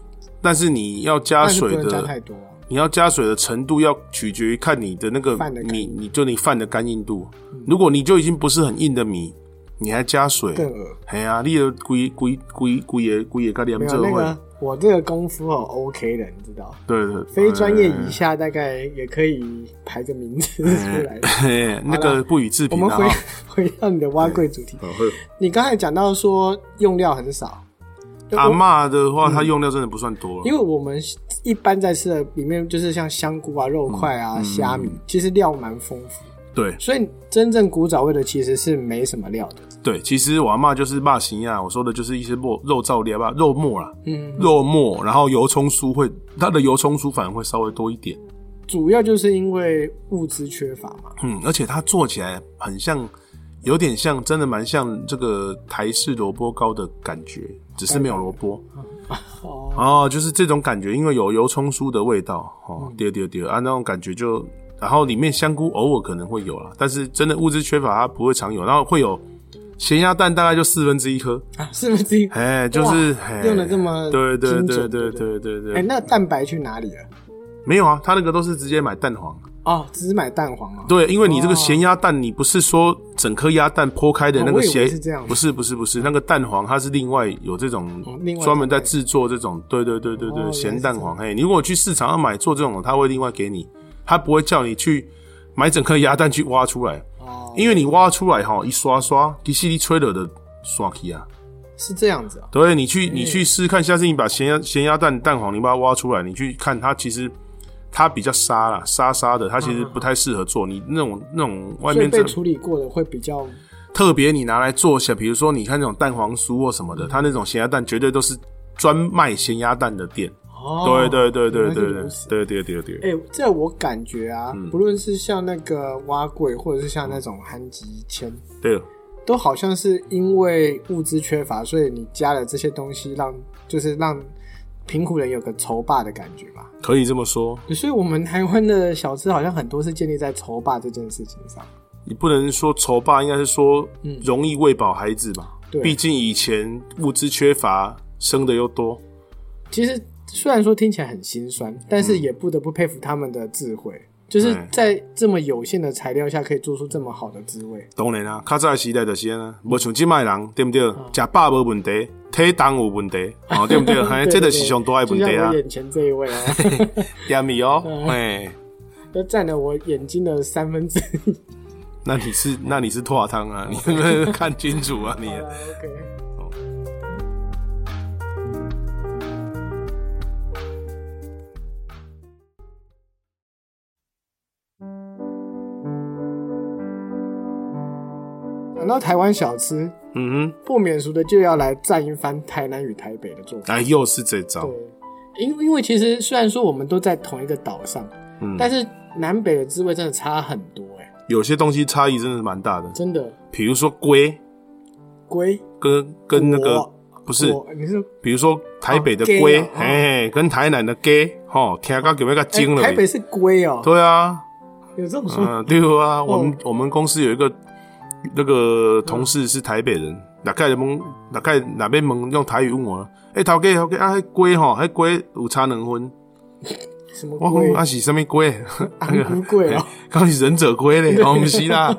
Speaker 1: 但是你要加
Speaker 2: 但是不
Speaker 1: 水
Speaker 2: 能加
Speaker 1: 的，
Speaker 2: 太多、啊。
Speaker 1: 你要加水的程度要取决于看你的那个
Speaker 2: 饭的干
Speaker 1: 米，你就你饭的干硬度。如果你就已经不是很硬的米，你还加水，
Speaker 2: 更恶
Speaker 1: 哎呀、你的龟龟龟龟也龟也该连
Speaker 2: 没
Speaker 1: 这
Speaker 2: 有那
Speaker 1: 会
Speaker 2: 个，我这个功夫哦 OK 的，你知道，
Speaker 1: 对对，
Speaker 2: 非专业以
Speaker 1: 哎
Speaker 2: 下大概也可以排个名字出来。
Speaker 1: 哎那个不予置
Speaker 2: 我
Speaker 1: 评
Speaker 2: 们
Speaker 1: 啊
Speaker 2: 回。回到你的蛙柜主题，你刚才讲到说用料很少，
Speaker 1: 阿嬷的话，它用料真的不算多
Speaker 2: 因
Speaker 1: 了。
Speaker 2: 为我们一般在吃的里面就是像香菇啊、肉块
Speaker 1: 嗯
Speaker 2: 啊、虾米，其实料蛮丰富，
Speaker 1: 对
Speaker 2: 所以真正古早味的其实是没什么料的。
Speaker 1: 对，其实我阿嬷就是骂行啊，我说的就是一些肉肉燥料吧，肉末啦，
Speaker 2: 嗯，
Speaker 1: 肉末，然后油葱酥会，它的油葱酥反而会稍微多一点，
Speaker 2: 主要就是因为物资缺乏嘛。
Speaker 1: 嗯，而且它做起来很像，有点像，真的蛮像这个台式萝卜糕的感觉，只是没有萝卜。
Speaker 2: 哦，
Speaker 1: 哦，就是这种感觉，因为有油葱酥的味道
Speaker 2: 嗯
Speaker 1: 哦，对对对，啊，那种感觉就，然后里面香菇偶尔可能会有啦，但是真的物资缺乏，它不会常有，然后会有咸鸭蛋，大概就四分之一颗，
Speaker 2: 啊，是不是自 己？
Speaker 1: 哎，就是嘿
Speaker 2: 用得这么
Speaker 1: 对对
Speaker 2: 精
Speaker 1: 对
Speaker 2: 准
Speaker 1: 对
Speaker 2: 对不
Speaker 1: 对对对，
Speaker 2: 哎、那蛋白去哪里了？
Speaker 1: 没有啊，它那个都是直接买蛋黄，
Speaker 2: 哦，只买蛋黄啊。
Speaker 1: 对，因为你这个咸鸭蛋，你不是说整颗鸭蛋剖开的那
Speaker 2: 哦
Speaker 1: 个
Speaker 2: 我以为
Speaker 1: 咸，
Speaker 2: 是这样
Speaker 1: 不是不是不是，那个蛋黄它是另外有这种
Speaker 2: 哦另外
Speaker 1: 专门在制作这种，对对对对
Speaker 2: 哦原
Speaker 1: 对，
Speaker 2: 来是
Speaker 1: 咸蛋黄。嘿，你如果去市场要买做这种，他会另外给你，他不会叫你去买整颗鸭蛋去挖出来，
Speaker 2: 哦，
Speaker 1: 因为你挖出来哈，一刷刷，其实你吹了的刷起啊。
Speaker 2: 是这样子啊。
Speaker 1: 对你去你去试看，下次你把咸鸭咸鸭蛋蛋黄你把它挖出来，你去看它其实。它比较沙啦，沙沙的，它其实不太适合做。你那种那种外
Speaker 2: 嗯所以
Speaker 1: 面这
Speaker 2: 被处理过的会比较
Speaker 1: 特别你拿来做些，比如说你看那种蛋黄酥或什么
Speaker 2: 嗯
Speaker 1: 的，它那种咸鸭蛋绝对都是专卖咸鸭蛋的店。
Speaker 2: 哦，
Speaker 1: 对对对对对
Speaker 2: 原来是
Speaker 1: 对
Speaker 2: 如
Speaker 1: 对
Speaker 2: 此
Speaker 1: 对对对。
Speaker 2: 哎、这我感觉啊，
Speaker 1: 嗯
Speaker 2: 不论是像那个蛙柜，或者是像那种憨吉签，
Speaker 1: 对，
Speaker 2: 都好像是因为物资缺乏，所以你加了这些东西让，就是让平湖人有个仇霸的感觉吧。
Speaker 1: 可以这么说。
Speaker 2: 所以，我们台湾的小吃好像很多是建立在仇霸这件事情上。
Speaker 1: 你不能说仇霸，应该是说容易喂饱孩子吧？
Speaker 2: 嗯对
Speaker 1: 毕竟以前物资缺乏，生的又多。
Speaker 2: 其实虽然说听起来很心酸，但
Speaker 1: 嗯
Speaker 2: 是也不得不佩服他们的智慧，就是在这么有限的材料下，可以做出这么好的滋味。
Speaker 1: 当然啊，较早的时代就是安啊，无像即卖人对不对？
Speaker 2: 嗯
Speaker 1: 食饱无问题，体重有问题， 哦对不对？嘿，这就是上大的问题
Speaker 2: 就像
Speaker 1: 啊
Speaker 2: 我，眼前这一嗯位啊，
Speaker 1: 甜米哦，嘿，
Speaker 2: 都占了我眼睛的三分之一。
Speaker 1: 那你是那你是拓汤啊？ 你有没有看清楚啊？你
Speaker 2: OK。讲到台湾小吃，
Speaker 1: 嗯
Speaker 2: 不免俗的就要来赞一番台南与台北的做
Speaker 1: 哼，
Speaker 2: 法。
Speaker 1: 哎，又是这招
Speaker 2: 对，，因因为其实虽然说我们都在同一个岛上，
Speaker 1: 嗯
Speaker 2: 但是南北的滋味真的差很多哎、
Speaker 1: 有些东西差异真的是蛮大的，
Speaker 2: 真的。
Speaker 1: 比如说龟
Speaker 2: 龟
Speaker 1: 跟跟那个
Speaker 2: 我
Speaker 1: 不是，
Speaker 2: 我你是哎
Speaker 1: 比如说台北的
Speaker 2: 哦鸡
Speaker 1: 龟
Speaker 2: 啊，哦
Speaker 1: 哎，跟台南的鸡，吼，听到有没有个
Speaker 2: 哎
Speaker 1: 惊了？
Speaker 2: 台北是龟哦、
Speaker 1: 对啊，
Speaker 2: 有这种说法。
Speaker 1: 嗯，对
Speaker 2: 哦
Speaker 1: 啊，我们我们公司有一个那个同事是台北人，哪盖蒙哪盖哪边蒙用台语问我，哎，头家头家啊，迄龟吼，迄龟有差两分，
Speaker 2: 什么
Speaker 1: 我
Speaker 2: 龟
Speaker 1: 讲？啊是什么 龟？那
Speaker 2: 红龟哦，
Speaker 1: 刚是忍者龟 嘞，哦，不是啦，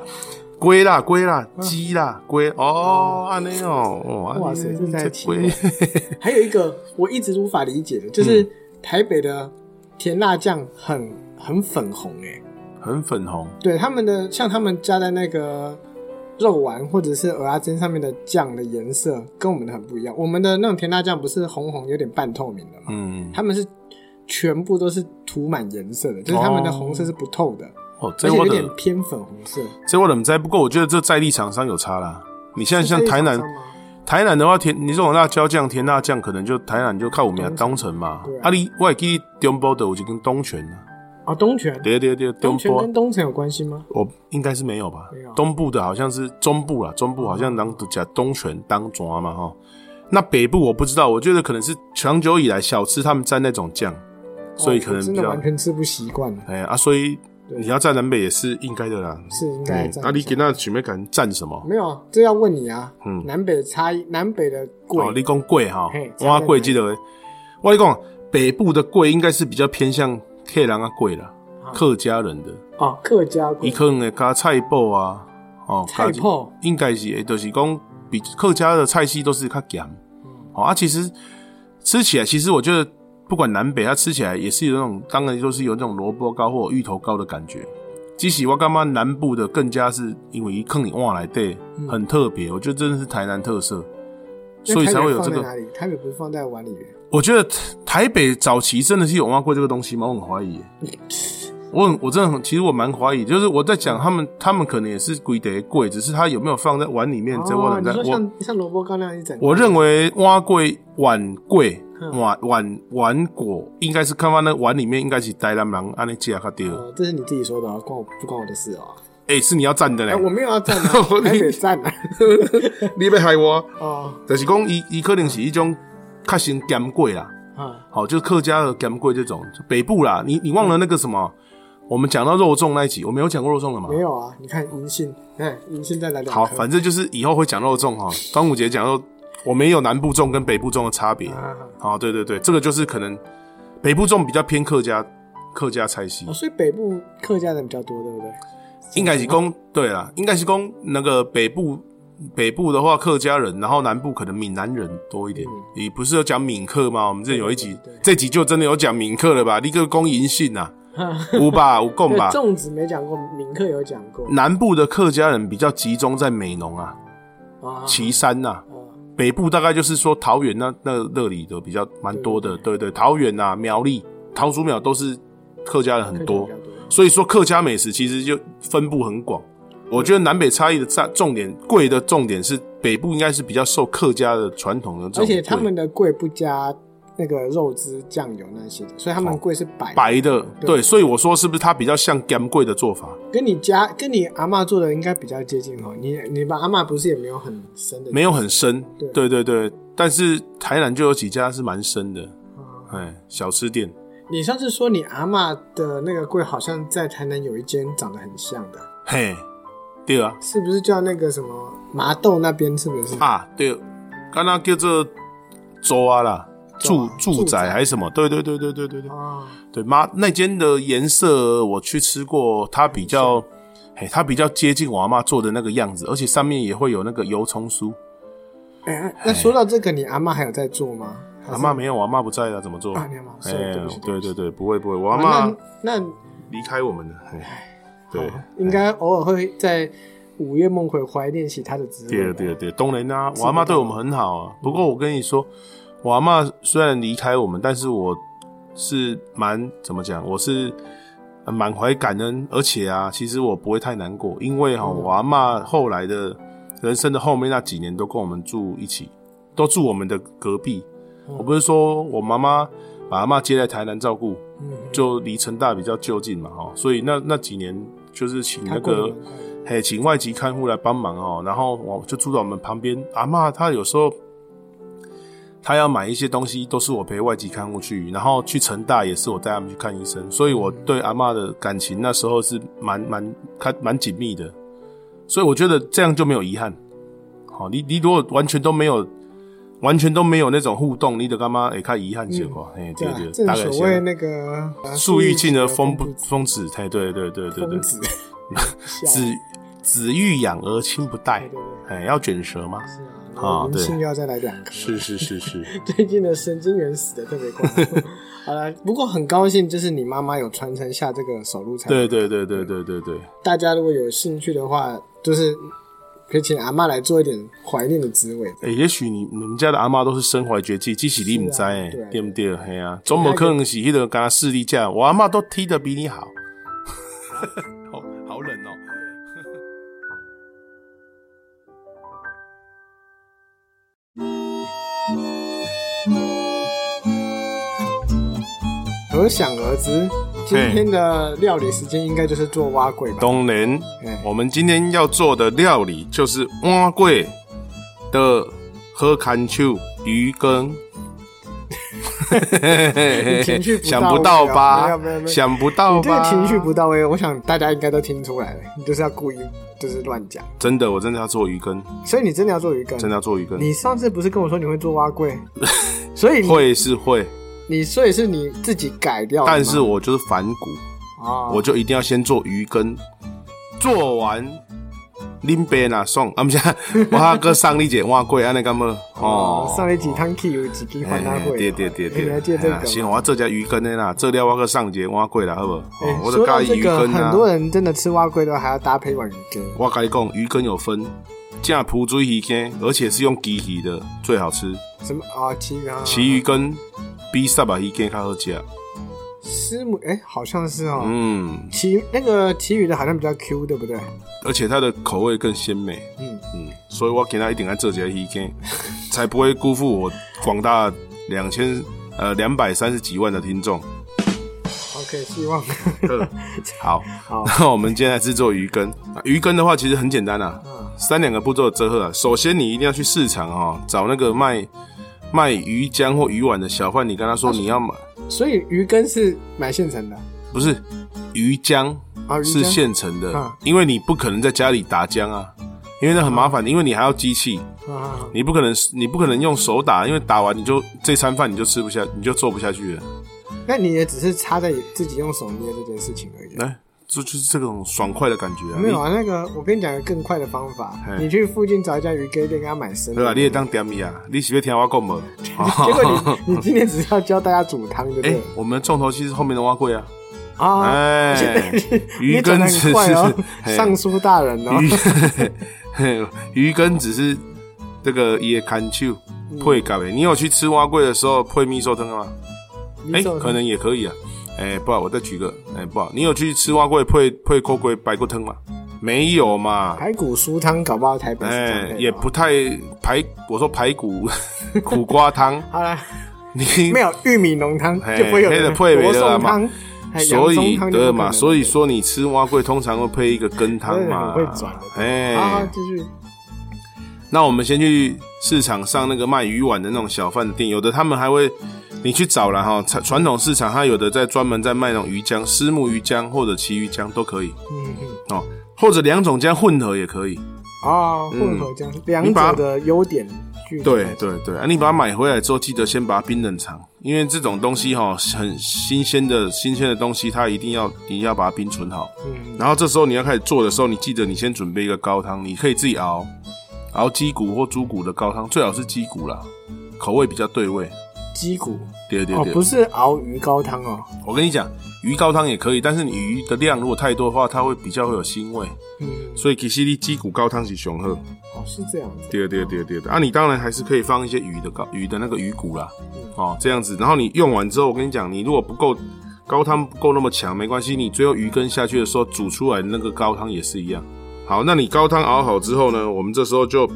Speaker 1: 龟啦龟啦鸡啦龟，哦，安尼哦，哦
Speaker 2: 啊哇塞这才奇怪
Speaker 1: 龟，哎
Speaker 2: 还有一个我一直无法理解的，
Speaker 1: 嗯
Speaker 2: 就是台北的甜辣酱很很粉红哎、
Speaker 1: 很粉红，
Speaker 2: 对他们的像他们加在那个肉丸或者是鹅鸭胗上面的酱的颜色跟我们的很不一样。我们的那种甜辣酱不是红红有点半透明的嘛，
Speaker 1: 嗯，
Speaker 2: 他们是全部都是涂满颜色的，就是他们的红色是不透的，
Speaker 1: 哦，
Speaker 2: 而
Speaker 1: 这
Speaker 2: 且
Speaker 1: 我
Speaker 2: 有
Speaker 1: 怎
Speaker 2: 点偏粉红色。
Speaker 1: 这我怎么在？不过我觉得这在地厂商有差啦。你现在像
Speaker 2: 这是
Speaker 1: 台南
Speaker 2: 厂，商吗
Speaker 1: 台南的话，甜你这种辣椒酱、甜辣酱，可能就台南就靠我们家东城嘛
Speaker 2: 对。啊
Speaker 1: 啊，你我也记得中部的有一根东泉啊，
Speaker 2: 哦，东泉，
Speaker 1: 对对对，
Speaker 2: 东
Speaker 1: 中
Speaker 2: 泉
Speaker 1: 部啊
Speaker 2: 跟东城有关系吗？
Speaker 1: 我应该是没有吧
Speaker 2: 没有？
Speaker 1: 东部的好像是中部啦，中部好像当讲东泉当抓嘛哈。那北部我不知道，我觉得可能是长久以来小吃他们蘸那种酱，所以
Speaker 2: 哦
Speaker 1: 可能
Speaker 2: 我
Speaker 1: 比
Speaker 2: 真的
Speaker 1: 较
Speaker 2: 完全吃不习惯了，
Speaker 1: 哎啊，所以
Speaker 2: 对
Speaker 1: 你要在南北也是应该的啦。
Speaker 2: 是应该
Speaker 1: 哎
Speaker 2: 这，
Speaker 1: 啊，
Speaker 2: 样
Speaker 1: 你
Speaker 2: 讲。
Speaker 1: 给那准备敢蘸什么？
Speaker 2: 没有啊，这要问你啊。
Speaker 1: 嗯
Speaker 2: 南北差异，南北的贵，
Speaker 1: 哦，你讲粿哈
Speaker 2: 嘿，
Speaker 1: 我啊粿记得，我跟你讲北部的粿应该是比较偏向客人啊粿啦，客家人的，
Speaker 2: 哦，客家
Speaker 1: 伊
Speaker 2: 贵，
Speaker 1: 可能会加菜脯啊，哦，
Speaker 2: 菜
Speaker 1: 加
Speaker 2: 脯
Speaker 1: 应该是会，就是讲比客家的菜系都是较咸，
Speaker 2: 嗯
Speaker 1: 哦啊，其实吃起来，其实我觉得不管南北，它吃起来也是有那种，当然就是有那种萝卜糕或芋头糕的感觉。即使我干嘛南部的更加是因为一坑你碗来对，很特别，我觉得真的是台南特色，
Speaker 2: 那
Speaker 1: 所以才会有这
Speaker 2: 嗯台
Speaker 1: 个
Speaker 2: 北放在。哪里？台北不是放在碗里面？
Speaker 1: 我觉得台北早期真的是有挖过这个东西吗？我很怀疑耶。我很我真的很，其实我蛮怀疑，就是我在讲他们，他们可能也是规得贵，只是他有没有放在碗里面，这我
Speaker 2: 哦，
Speaker 1: 很
Speaker 2: 你
Speaker 1: 在
Speaker 2: 说
Speaker 1: 我
Speaker 2: 像像萝卜糕那样一整个，
Speaker 1: 我认为挖贵碗贵
Speaker 2: 嗯
Speaker 1: 碗碗碗果应该是看完那碗里面应该是呆蓝狼安尼加卡丢，
Speaker 2: 呃，这是你自己说的啊，关我不关我的事哦。
Speaker 1: 哎、是你要站的嘞
Speaker 2: 哎，，我没有要站啊
Speaker 1: 我，
Speaker 2: 台北站啊。
Speaker 1: 你别害我，
Speaker 2: 哦，
Speaker 1: 就是讲伊伊可能是一种较先咸贵啦。
Speaker 2: 啊，
Speaker 1: 好，就是客家的干贵这种，就北部啦，你你忘了那个什么？我们讲到肉粽那一集，我没有讲过肉粽了嘛？
Speaker 2: 没有啊，你看银杏，哎，银杏再来两
Speaker 1: 好，
Speaker 2: 颗
Speaker 1: 反正就是以后会讲肉粽哈。端午节讲肉，我们也有南部粽跟北部粽的差别。
Speaker 2: 啊。
Speaker 1: 好，对对对，这个就是可能北部粽比较偏客家客家菜系
Speaker 2: 哦，，所以北部客家人比较多，对不对？
Speaker 1: 应该是公对啦，应该是公那个北部北部的话客家人，然后南部可能闽南人多一点。你不是有讲闽客吗？我们这有一集
Speaker 2: 嗯对对对，
Speaker 1: 这集就真的有讲闽客了吧？你个公银杏啊，
Speaker 2: 哈
Speaker 1: 有吧？有共
Speaker 2: 对
Speaker 1: 吧？嗯
Speaker 2: 粽子没讲过，闽客有讲过
Speaker 1: 南部的客家人比较集中在美浓啊、
Speaker 2: 啊。
Speaker 1: 旗山呐、啊，
Speaker 2: 啊
Speaker 1: 北部大概就是说桃园那那那里的比较蛮多的，对对，桃园啊、苗栗、桃竹苗都是客家人很多
Speaker 2: 客家，人比较多
Speaker 1: 所以说客家美食其实就分布很广。
Speaker 2: 嗯
Speaker 1: 我觉得南北差异的重重点，贵的重点是北部应该是比较受客家的传统的这种
Speaker 2: 而
Speaker 1: 贵，
Speaker 2: 且他们的贵不加那个肉汁、酱油那些的，所以他们贵是白的
Speaker 1: 哦白的，对，所以我说是不是它比较像干贵的做法？
Speaker 2: 跟你家跟你阿嬷做的应该比较接近哦。你你把阿嬷不是也没有很深的，
Speaker 1: 没有很深，
Speaker 2: 对
Speaker 1: 对对对，但是台南就有几家是蛮深的，
Speaker 2: 啊
Speaker 1: 哎，小吃店，
Speaker 2: 你上次说你阿嬷的那个柜好像在台南有一间长得很像的，
Speaker 1: 嘿，对啊，
Speaker 2: 是不是叫那个什么麻豆那边？是不是？
Speaker 1: 啊对，刚刚叫做周啊啦，
Speaker 2: 州
Speaker 1: 住
Speaker 2: 啊
Speaker 1: 住
Speaker 2: 住宅
Speaker 1: 宅还是什么？对对对对对对对
Speaker 2: 哦，
Speaker 1: 对，妈那间的颜色我去吃过，它比较，嘿，它比较接近我阿妈做的那个样子，而且上面也会有那个油葱酥。
Speaker 2: 哎、那说到这个，你阿嬷还有在做吗？还
Speaker 1: 阿
Speaker 2: 是
Speaker 1: 妈没有，我阿妈不在了，怎么做？哎
Speaker 2: 啊你阿嬷是对不起
Speaker 1: 对
Speaker 2: 对不
Speaker 1: 对
Speaker 2: 起
Speaker 1: 对，不会不会，我
Speaker 2: 啊
Speaker 1: 阿妈
Speaker 2: 那那
Speaker 1: 离开我们了。嘿对
Speaker 2: 应该偶尔会在午夜梦回怀念起他的滋
Speaker 1: 对
Speaker 2: 味。
Speaker 1: 对对，当然啦、我阿妈对我们很好啊。不过我跟你说，我阿妈虽然离开我们，但是我是蛮怎么讲，我是呃满怀感恩，而且啊，其实我不会太难过，因为哈、我阿妈后来的人生的后面那几年都跟我们住一起，都住我们的隔壁。我不是说我妈妈把阿妈接来台南照顾，
Speaker 2: 嗯，
Speaker 1: 就离成大比较就近嘛，哈，所以那那几年就是请那
Speaker 2: 他过得
Speaker 1: 个
Speaker 2: 蛮快的
Speaker 1: 嘿，请外籍看护来帮忙哦。然后我就住到我们旁边，阿嬷她有时候她要买一些东西，都是我陪外籍看护去，然后去成大也是我带他们去看医生，所以我
Speaker 2: 嗯
Speaker 1: 对阿嬷的感情那时候是蛮蛮看蛮紧密的，所以我觉得这样就没有遗憾。好、你你如果完全都没有。完全都没有那种互动，你的干妈也看遗憾结果，哎、
Speaker 2: 对
Speaker 1: 对
Speaker 2: 啊
Speaker 1: 对，大
Speaker 2: 正
Speaker 1: 概是
Speaker 2: 所
Speaker 1: 这
Speaker 2: 谓
Speaker 1: 样。
Speaker 2: 那个呃
Speaker 1: 树欲静而风不
Speaker 2: 不嗯
Speaker 1: 风止，哎，对对对对对
Speaker 2: 风，止， 笑啊
Speaker 1: 子子欲养而亲不待
Speaker 2: 对，对对
Speaker 1: 哎，要卷舌吗？
Speaker 2: 是啊，
Speaker 1: 啊
Speaker 2: 我们
Speaker 1: 对
Speaker 2: 性又要再来两颗。
Speaker 1: 是是是是，
Speaker 2: 最近的神经元死的特别 快。好了，不过很高兴，就是你妈妈有传承下这个手录产品。
Speaker 1: 对对对对对对对，
Speaker 2: 大家如果有兴趣的话，就是可以请阿嬷来做一点怀念的滋味。
Speaker 1: 哎，也许你你们家的阿妈都是身怀绝技，即使你唔知
Speaker 2: 是啊
Speaker 1: 哎
Speaker 2: 对啊，
Speaker 1: 对不对？哎呀，总不可能是迄个跟他视力架，我阿妈都踢得比你好， 好好冷哦。
Speaker 2: 可想而知，今天的料理时间应该就是做蛙桂吧？
Speaker 1: 当然
Speaker 2: 哎，
Speaker 1: 我们今天要做的料理就是蛙桂的喝砍秋鱼羹。
Speaker 2: 情绪不到位
Speaker 1: 想不到
Speaker 2: 啊没
Speaker 1: 吧
Speaker 2: 有没有没？有
Speaker 1: 想不到
Speaker 2: 你这个
Speaker 1: 吧？
Speaker 2: 情绪不到位，我想大家应该都听出来了。你就是要故意就是乱讲，
Speaker 1: 真的，我真的要做鱼羹，
Speaker 2: 所以你真的要做鱼羹？啊
Speaker 1: 真的要做鱼羹。
Speaker 2: 嗯你上次不是跟我说你会做蛙桂？所以你
Speaker 1: 会是会，
Speaker 2: 你所以是你自己改掉的吗，
Speaker 1: 但是我就是反骨，
Speaker 2: 啊，
Speaker 1: 我就一定要先做鱼羹，做完拎杯拿送，啊不是， 我还哥上你姐碗粿，安尼干么？
Speaker 2: 哦
Speaker 1: 哦，，
Speaker 2: 上一集汤 K 有几句换他会，
Speaker 1: 哎对对对
Speaker 2: 哎你
Speaker 1: 对，
Speaker 2: 还记得这
Speaker 1: 哎呀
Speaker 2: 个
Speaker 1: 行，
Speaker 2: 吗？
Speaker 1: 我要做只鱼羹的啦，做了我个上节碗粿啦，好不好？
Speaker 2: 哎
Speaker 1: 哦我就
Speaker 2: 说到
Speaker 1: 加
Speaker 2: 这
Speaker 1: 鱼
Speaker 2: 个，
Speaker 1: 羹
Speaker 2: 很
Speaker 1: 啊。
Speaker 2: 多人真的吃蛙龟的话，还要搭配一碗鱼羹。
Speaker 1: 我跟你讲，鱼羹有分正蒲水鱼羹，而且是用鲫鱼的最好吃，
Speaker 2: 什么啊？旗鱼啊，
Speaker 1: 其余羹比沙巴鱼羹较好吃。
Speaker 2: 师母，哎，好像是哦。
Speaker 1: 嗯，
Speaker 2: 旗那个旗鱼的好像比较 Q，对不对？
Speaker 1: 而且它的口味更鲜美。
Speaker 2: 嗯
Speaker 1: 嗯，所以我给他一定要做一个鱼 羹，才不会辜负我广大两千呃两百三十几万的听 众。
Speaker 2: ，OK，希望
Speaker 1: 好，
Speaker 2: 好
Speaker 1: 那我们今天来制作鱼羹。啊鱼羹的话，其实很简单啊，
Speaker 2: 啊
Speaker 1: 三两个步骤折合啊。首先，你一定要去市场哦，找那个卖卖鱼浆或鱼丸的小贩，你跟他
Speaker 2: 啊
Speaker 1: 说你要买，
Speaker 2: 所以鱼羹是买现成的
Speaker 1: 不是鱼浆
Speaker 2: 啊，鱼
Speaker 1: 是
Speaker 2: 羹
Speaker 1: 现成的
Speaker 2: 啊，
Speaker 1: 因为你不可能在家里打浆啊，因为那很麻烦，因为你还要机器。
Speaker 2: 啊啊，啊
Speaker 1: 你不可能，你不可能用手打，因为打完你就这餐饭你就吃不下，你就做不下去了。
Speaker 2: 那你也只是插在自己用手捏这件事情而已。啊
Speaker 1: 来，这就是这种爽快的感觉啊！
Speaker 2: 没有啊，那个我跟你讲个更快的方法
Speaker 1: 嘿，
Speaker 2: 你去附近找一家鱼羹店给他买生
Speaker 1: 你
Speaker 2: 的
Speaker 1: 对。吧？你也当点米啊，你喜欢听我讲吗？
Speaker 2: 结果你你今天只是要教大家煮汤，对不
Speaker 1: 哎、
Speaker 2: 对？
Speaker 1: 我们的重头戏是后面的蛙贵啊！
Speaker 2: 啊，
Speaker 1: 哎、
Speaker 2: 你
Speaker 1: 鱼
Speaker 2: 讲
Speaker 1: 羹
Speaker 2: 的
Speaker 1: 只
Speaker 2: 很
Speaker 1: 是、
Speaker 2: 快哦，
Speaker 1: 嘿
Speaker 2: 尚书大人哦，
Speaker 1: 鱼 鱼羹只是这个也砍手
Speaker 2: 嗯
Speaker 1: 配咖啡。你有去吃蛙贵的时候配蜜寿汤吗？
Speaker 2: 你
Speaker 1: 哎、
Speaker 2: 手
Speaker 1: 可能也可以啊。哎、不好，我再举个，哎、不好，你有去吃蛙贵配配锅龟白骨汤吗？没有嘛。
Speaker 2: 排骨酥汤，搞不好台北是这样
Speaker 1: 哎、
Speaker 2: 配的哦
Speaker 1: 也不太排，我说排 骨苦瓜汤，
Speaker 2: 好了，
Speaker 1: 你
Speaker 2: 没有玉米浓汤
Speaker 1: 嘿
Speaker 2: 就不会有
Speaker 1: 那个
Speaker 2: 人
Speaker 1: 配没
Speaker 2: 罗
Speaker 1: 得了
Speaker 2: 宋
Speaker 1: 嘛
Speaker 2: 汤，还有
Speaker 1: 所
Speaker 2: 洋
Speaker 1: 以
Speaker 2: 葱汤就不
Speaker 1: 对
Speaker 2: 可
Speaker 1: 嘛，
Speaker 2: 能
Speaker 1: 所以说你吃蛙贵通常会配一个羹汤嘛
Speaker 2: 对很会转啊的，
Speaker 1: 哎、
Speaker 2: 好好继续
Speaker 1: 那我们先去市场上那个卖鱼丸的那种小贩的店，有的他们还会你去找了哈，传传统市场它有的在专门在卖那种鱼浆，虱目鱼浆或者旗鱼浆都可以
Speaker 2: 嗯嗯，
Speaker 1: 哦，或者两种浆混合也可以。
Speaker 2: 啊，混合这样两者的优点具体
Speaker 1: 嗯对
Speaker 2: 来讲
Speaker 1: 对对，啊，你把它买回来之后，记得先把它冰冷藏，因为这种东西哈、很新鲜的新鲜的东西，它一定要一定要把它冰存好。
Speaker 2: 嗯
Speaker 1: 然后这时候你要开始做的时候，你记得你先准备一个高汤，你可以自己熬，熬鸡骨或猪骨的高汤，最好是鸡骨啦，口味比较对味。
Speaker 2: 鸡骨
Speaker 1: 对对
Speaker 2: 哦，
Speaker 1: 对，
Speaker 2: 不是熬鱼高汤哦，
Speaker 1: 我跟你讲，鱼高汤也可以，但是你鱼的量如果太多的话，它会比较会有腥味，
Speaker 2: 嗯，
Speaker 1: 所以其实你鸡骨高汤是雄鹤。
Speaker 2: 哦是这样子，
Speaker 1: 对对对对对，啊，你当然还是可以放一些鱼的高鱼的那个鱼骨啦，哦，这样子，然后你用完之后，我跟你讲，你如果不够高汤不够那么强，没关系，你最后鱼羹下去的时候煮出来的那个高汤也是一样。好，那你高汤熬好之后呢，我们这时候就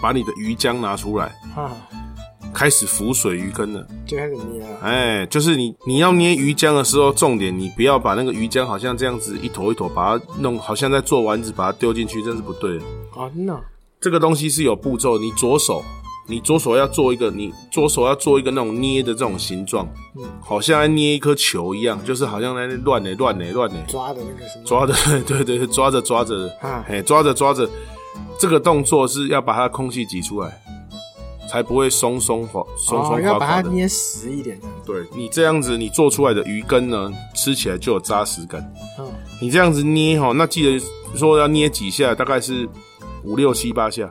Speaker 1: 把你的鱼浆拿出来，
Speaker 2: 哈，啊
Speaker 1: 开始浮水鱼羹了。
Speaker 2: 就开始捏了，
Speaker 1: 哎，就是你你要捏鱼浆的时候，重点你不要把那个鱼浆好像这样子一坨一坨把它弄，好像在做丸子把它丢进去，这是不对的。
Speaker 2: 哦真的哦，
Speaker 1: 这个东西是有步骤，你左手，你左手要做一个，你左手要做一个那种捏的这种形状，好像在捏一颗球一样，就是好像在那乱嘞乱嘞欸乱嘞，
Speaker 2: 抓的那个什么，哦
Speaker 1: 抓着， 对对对，抓着抓着
Speaker 2: 啊，
Speaker 1: 哎，抓着抓着，这个动作是要把它的空气挤出来，才不会松松滑松
Speaker 2: 哦
Speaker 1: 松
Speaker 2: 要
Speaker 1: 垮
Speaker 2: 把
Speaker 1: 垮
Speaker 2: 它
Speaker 1: 的。
Speaker 2: 捏实一点这样子，
Speaker 1: 对你这样子，你做出来的鱼羹呢，吃起来就有扎实感。
Speaker 2: 嗯
Speaker 1: 你这样子捏哈，那记得说要捏几下，大概是五六七八下。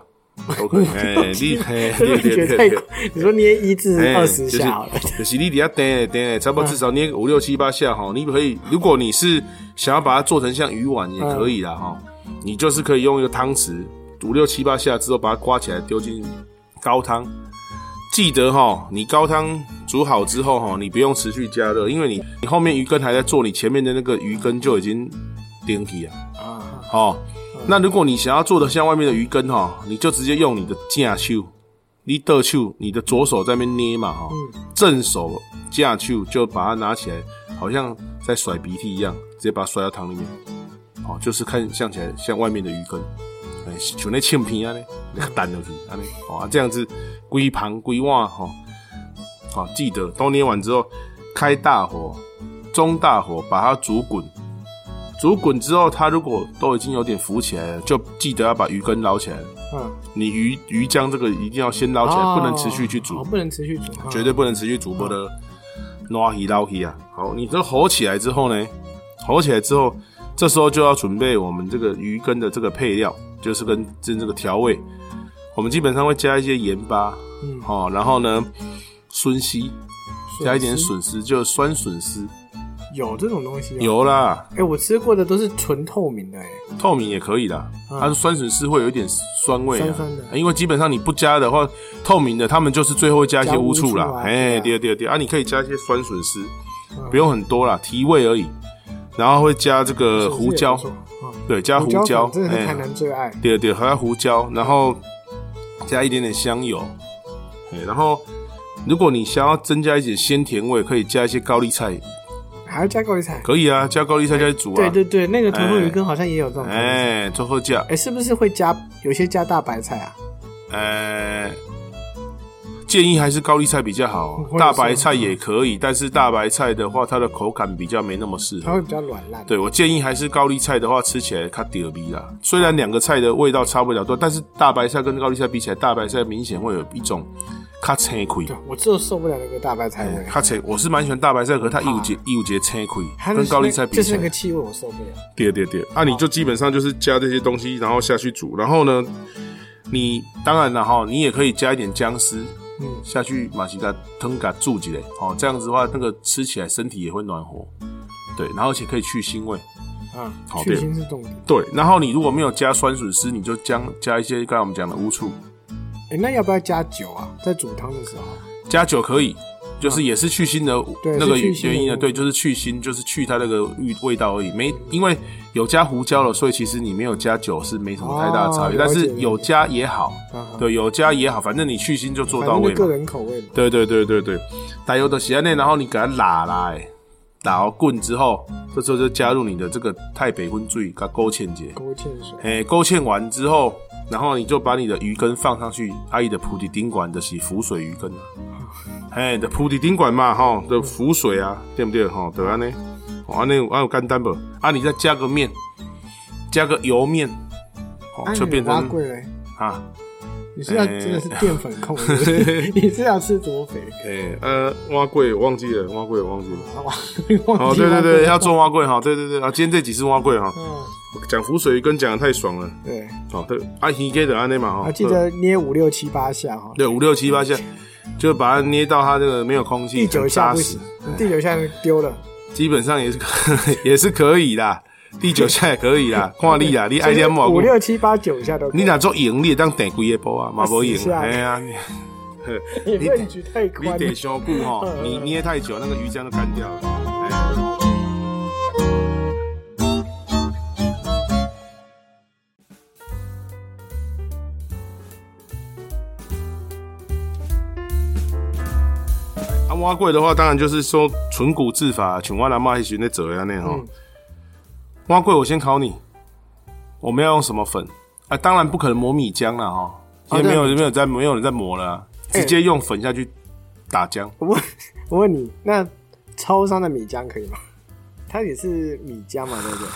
Speaker 1: OK，哎， 你哎，
Speaker 2: 这
Speaker 1: 对 对
Speaker 2: 个觉得
Speaker 1: 对
Speaker 2: 太
Speaker 1: 对
Speaker 2: 过，你说捏一至
Speaker 1: 哎，
Speaker 2: 二
Speaker 1: 就是
Speaker 2: 十下好了，
Speaker 1: 就是你底下等等，差不多至少捏个五六七八下哈。你可以，如果你是想要把它做成像鱼丸也可以啦哈，
Speaker 2: 嗯
Speaker 1: 你就是可以用一个汤匙五六七八下之后把它刮起来丢进高汤。记得哈，你高汤煮好之后哈，你不用持续加热，因为你你后面鱼羹还在做，你前面的那个鱼羹就已经顶起了。
Speaker 2: 啊，
Speaker 1: 哦，那如果你想要做的像外面的鱼羹哈、你就直接用你的架手，你的手，你的左手在那边捏嘛哈、正手架手就把它拿起来，好像在甩鼻涕一样，直接把它甩到汤里面。哦，就是看像起来像外面的鱼羹，哎，像那欠皮啊呢，那个蛋就是啊呢，哦，啊这样子规盘规碗哈，好、记得都捏完之后开大火，中大火把它煮滚，煮滚之后，它如果都已经有点浮起来了，就记得要把鱼羹捞起来了。
Speaker 2: 嗯，
Speaker 1: 你鱼鱼浆这个一定要先捞起来，
Speaker 2: 哦
Speaker 1: 不能持续去煮
Speaker 2: 哦，不能持续煮，
Speaker 1: 绝对不能持续煮，不得捞鱼捞鱼啊！好，你这吼起来之后呢，吼起来之后，这时候就要准备我们这个鱼羹的这个配料，就是跟跟这个调味，我们基本上会加一些盐巴，
Speaker 2: 嗯
Speaker 1: 哦，然后呢，笋丝
Speaker 2: 对
Speaker 1: 加一点笋丝，就是酸笋丝，
Speaker 2: 有这种东西，，
Speaker 1: 有啦，
Speaker 2: 哎，我吃过的都是纯透明的，哎，
Speaker 1: 透明也可以啦，
Speaker 2: 嗯
Speaker 1: 它是酸笋丝会有一点酸味、啊，
Speaker 2: 酸酸的
Speaker 1: 因为基本上你不加的话，透明的他们就是最后会加一些乌醋
Speaker 2: 加乌醋
Speaker 1: 啦
Speaker 2: 啊，嗯
Speaker 1: 哎、
Speaker 2: 对
Speaker 1: 对对对，啊，你可以加一些酸笋丝，不用很多啦，提味而已，然后会加这个呃胡椒，
Speaker 2: 是不是也不错嗯
Speaker 1: 对，加
Speaker 2: 胡
Speaker 1: 胡
Speaker 2: 椒
Speaker 1: 椒
Speaker 2: 粉，真的是
Speaker 1: 哎
Speaker 2: 台南最爱，
Speaker 1: 对对，还要胡椒，然后加一点点香油，哎然后如果你想要增加一点鲜甜味，可以加一些高丽菜，
Speaker 2: 还要加高丽菜。
Speaker 1: 可以啊，加高丽菜下去煮啊，
Speaker 2: 对对对，那个土豆
Speaker 1: 哎
Speaker 2: 鱼羹好像也有这种东西。哎、
Speaker 1: 哎，最后加，
Speaker 2: 是不是会加有些加大白菜啊？
Speaker 1: 呃，建议还是高丽菜比较好
Speaker 2: 或者，是啊
Speaker 1: 大白菜也可以，但是大白菜的话，它的口感比较没那么适
Speaker 2: 它
Speaker 1: 合。
Speaker 2: 会比较软烂。
Speaker 1: 对我建议还是高丽菜的话，吃起来它得逼啦。虽然两个菜的味道差不了多，但是大白菜跟高丽菜比起来，大白菜明显会有一种咔青亏。
Speaker 2: 对，我就受不了那个大白菜味。
Speaker 1: 咔青，我是蛮喜欢大白菜，可是它有节有节青亏，
Speaker 2: 啊它
Speaker 1: 跟高丽菜比
Speaker 2: 就是
Speaker 1: 起
Speaker 2: 那个哦
Speaker 1: 来，
Speaker 2: 气味我受不了。
Speaker 1: 对对对，啊，你就基本上就是加这些东西，然后下去煮，然后呢，你当然了哈，你也可以加一点姜丝，
Speaker 2: 嗯，
Speaker 1: 下去马西嘎腾嘎住起来，哦，这样子的话，那个吃起来身体也会暖和，对，然后而且可以去腥味，
Speaker 2: 啊
Speaker 1: 好，
Speaker 2: 去
Speaker 1: 对
Speaker 2: 腥是重点。
Speaker 1: 对，然后你如果没有加酸笋丝，你就加加一些刚才我们讲的乌醋，
Speaker 2: 哎、那要不要加酒啊？在煮汤的时候，
Speaker 1: 加酒可以，就是也是去腥的
Speaker 2: 啊对
Speaker 1: 那个
Speaker 2: 是去腥的
Speaker 1: 原因
Speaker 2: 原
Speaker 1: 的，
Speaker 2: 因
Speaker 1: 对，就是去腥，就是去它那个味味道而已，没因为有加胡椒了，所以其实你没有加酒是没什么太大的差别，
Speaker 2: 哦了
Speaker 1: 但
Speaker 2: 解
Speaker 1: 是
Speaker 2: 了解
Speaker 1: 有加也好，
Speaker 2: 啊，
Speaker 1: 对，有加也好，反正你去腥就做
Speaker 2: 反
Speaker 1: 到
Speaker 2: 正
Speaker 1: 位
Speaker 2: 就
Speaker 1: 嘛
Speaker 2: 个。人口味嘛。
Speaker 1: 对对对对对，打油的喜安内，然后你给它拉来，打到滚之后，这时候就加入你的这个太北荤醉，给它勾芡结。
Speaker 2: 勾芡水，
Speaker 1: 哎，勾芡完之后，然后你就把你的鱼羹放上去，阿姨的菩提丁管的洗浮水鱼羹啊，嘿，就铺伫顶管嘛，吼，就浮水啊，对不对？吼，就安尼，吼安尼有安有简单不？啊，你再加个面，加个油面，
Speaker 2: 啊
Speaker 1: 哦，
Speaker 2: 你
Speaker 1: 就变
Speaker 2: 挖
Speaker 1: 成
Speaker 2: 贵嘞，
Speaker 1: 啊，
Speaker 2: 你是要
Speaker 1: 哎
Speaker 2: 真的是淀粉控是 不是你是要吃多肥？
Speaker 1: 诶、呃，蛙贵忘记了，蛙贵忘记了。
Speaker 2: 好吧， 忘
Speaker 1: 哦，
Speaker 2: 记
Speaker 1: 对对
Speaker 2: 挖贵
Speaker 1: 对，要做蛙贵哈，对对对啊，今天这集是蛙贵哈，
Speaker 2: 嗯，
Speaker 1: 讲浮水跟讲的太爽了，
Speaker 2: 对，
Speaker 1: 哦，对，啊，鱼给的安内嘛
Speaker 2: 要
Speaker 1: 哈，
Speaker 2: 记得捏五六七八下哈，
Speaker 1: 对五六七八下，就把它捏到它这个没有空气，
Speaker 2: 第九下
Speaker 1: 扎
Speaker 2: 不
Speaker 1: 实
Speaker 2: 行，，你第九下丢了，
Speaker 1: 基本上也是 也是可以啦，第九下也可以啦，看你啦，你爱点毛
Speaker 2: 五六七八九下都可以。
Speaker 1: 你若做赢，你会当第几个波啊？嘛无赢
Speaker 2: 四下
Speaker 1: 啊，哎呀，你
Speaker 2: 你论局太
Speaker 1: 你
Speaker 2: 宽了，
Speaker 1: 得修补哈，你捏太久，那个鱼浆都干掉了。哎啊，挖贵的话，当然就是说纯骨制法，像我阿妈迄时阵在做安尼吼
Speaker 2: 嗯。
Speaker 1: 挖贵，我先考你，我们要用什么粉啊？当然不可能磨米浆了哈，因为没有没有在没有人在磨了啊，直接用粉下去打浆。
Speaker 2: 我问，我问你，那超商的米浆可以吗？它也是米浆嘛，对不对？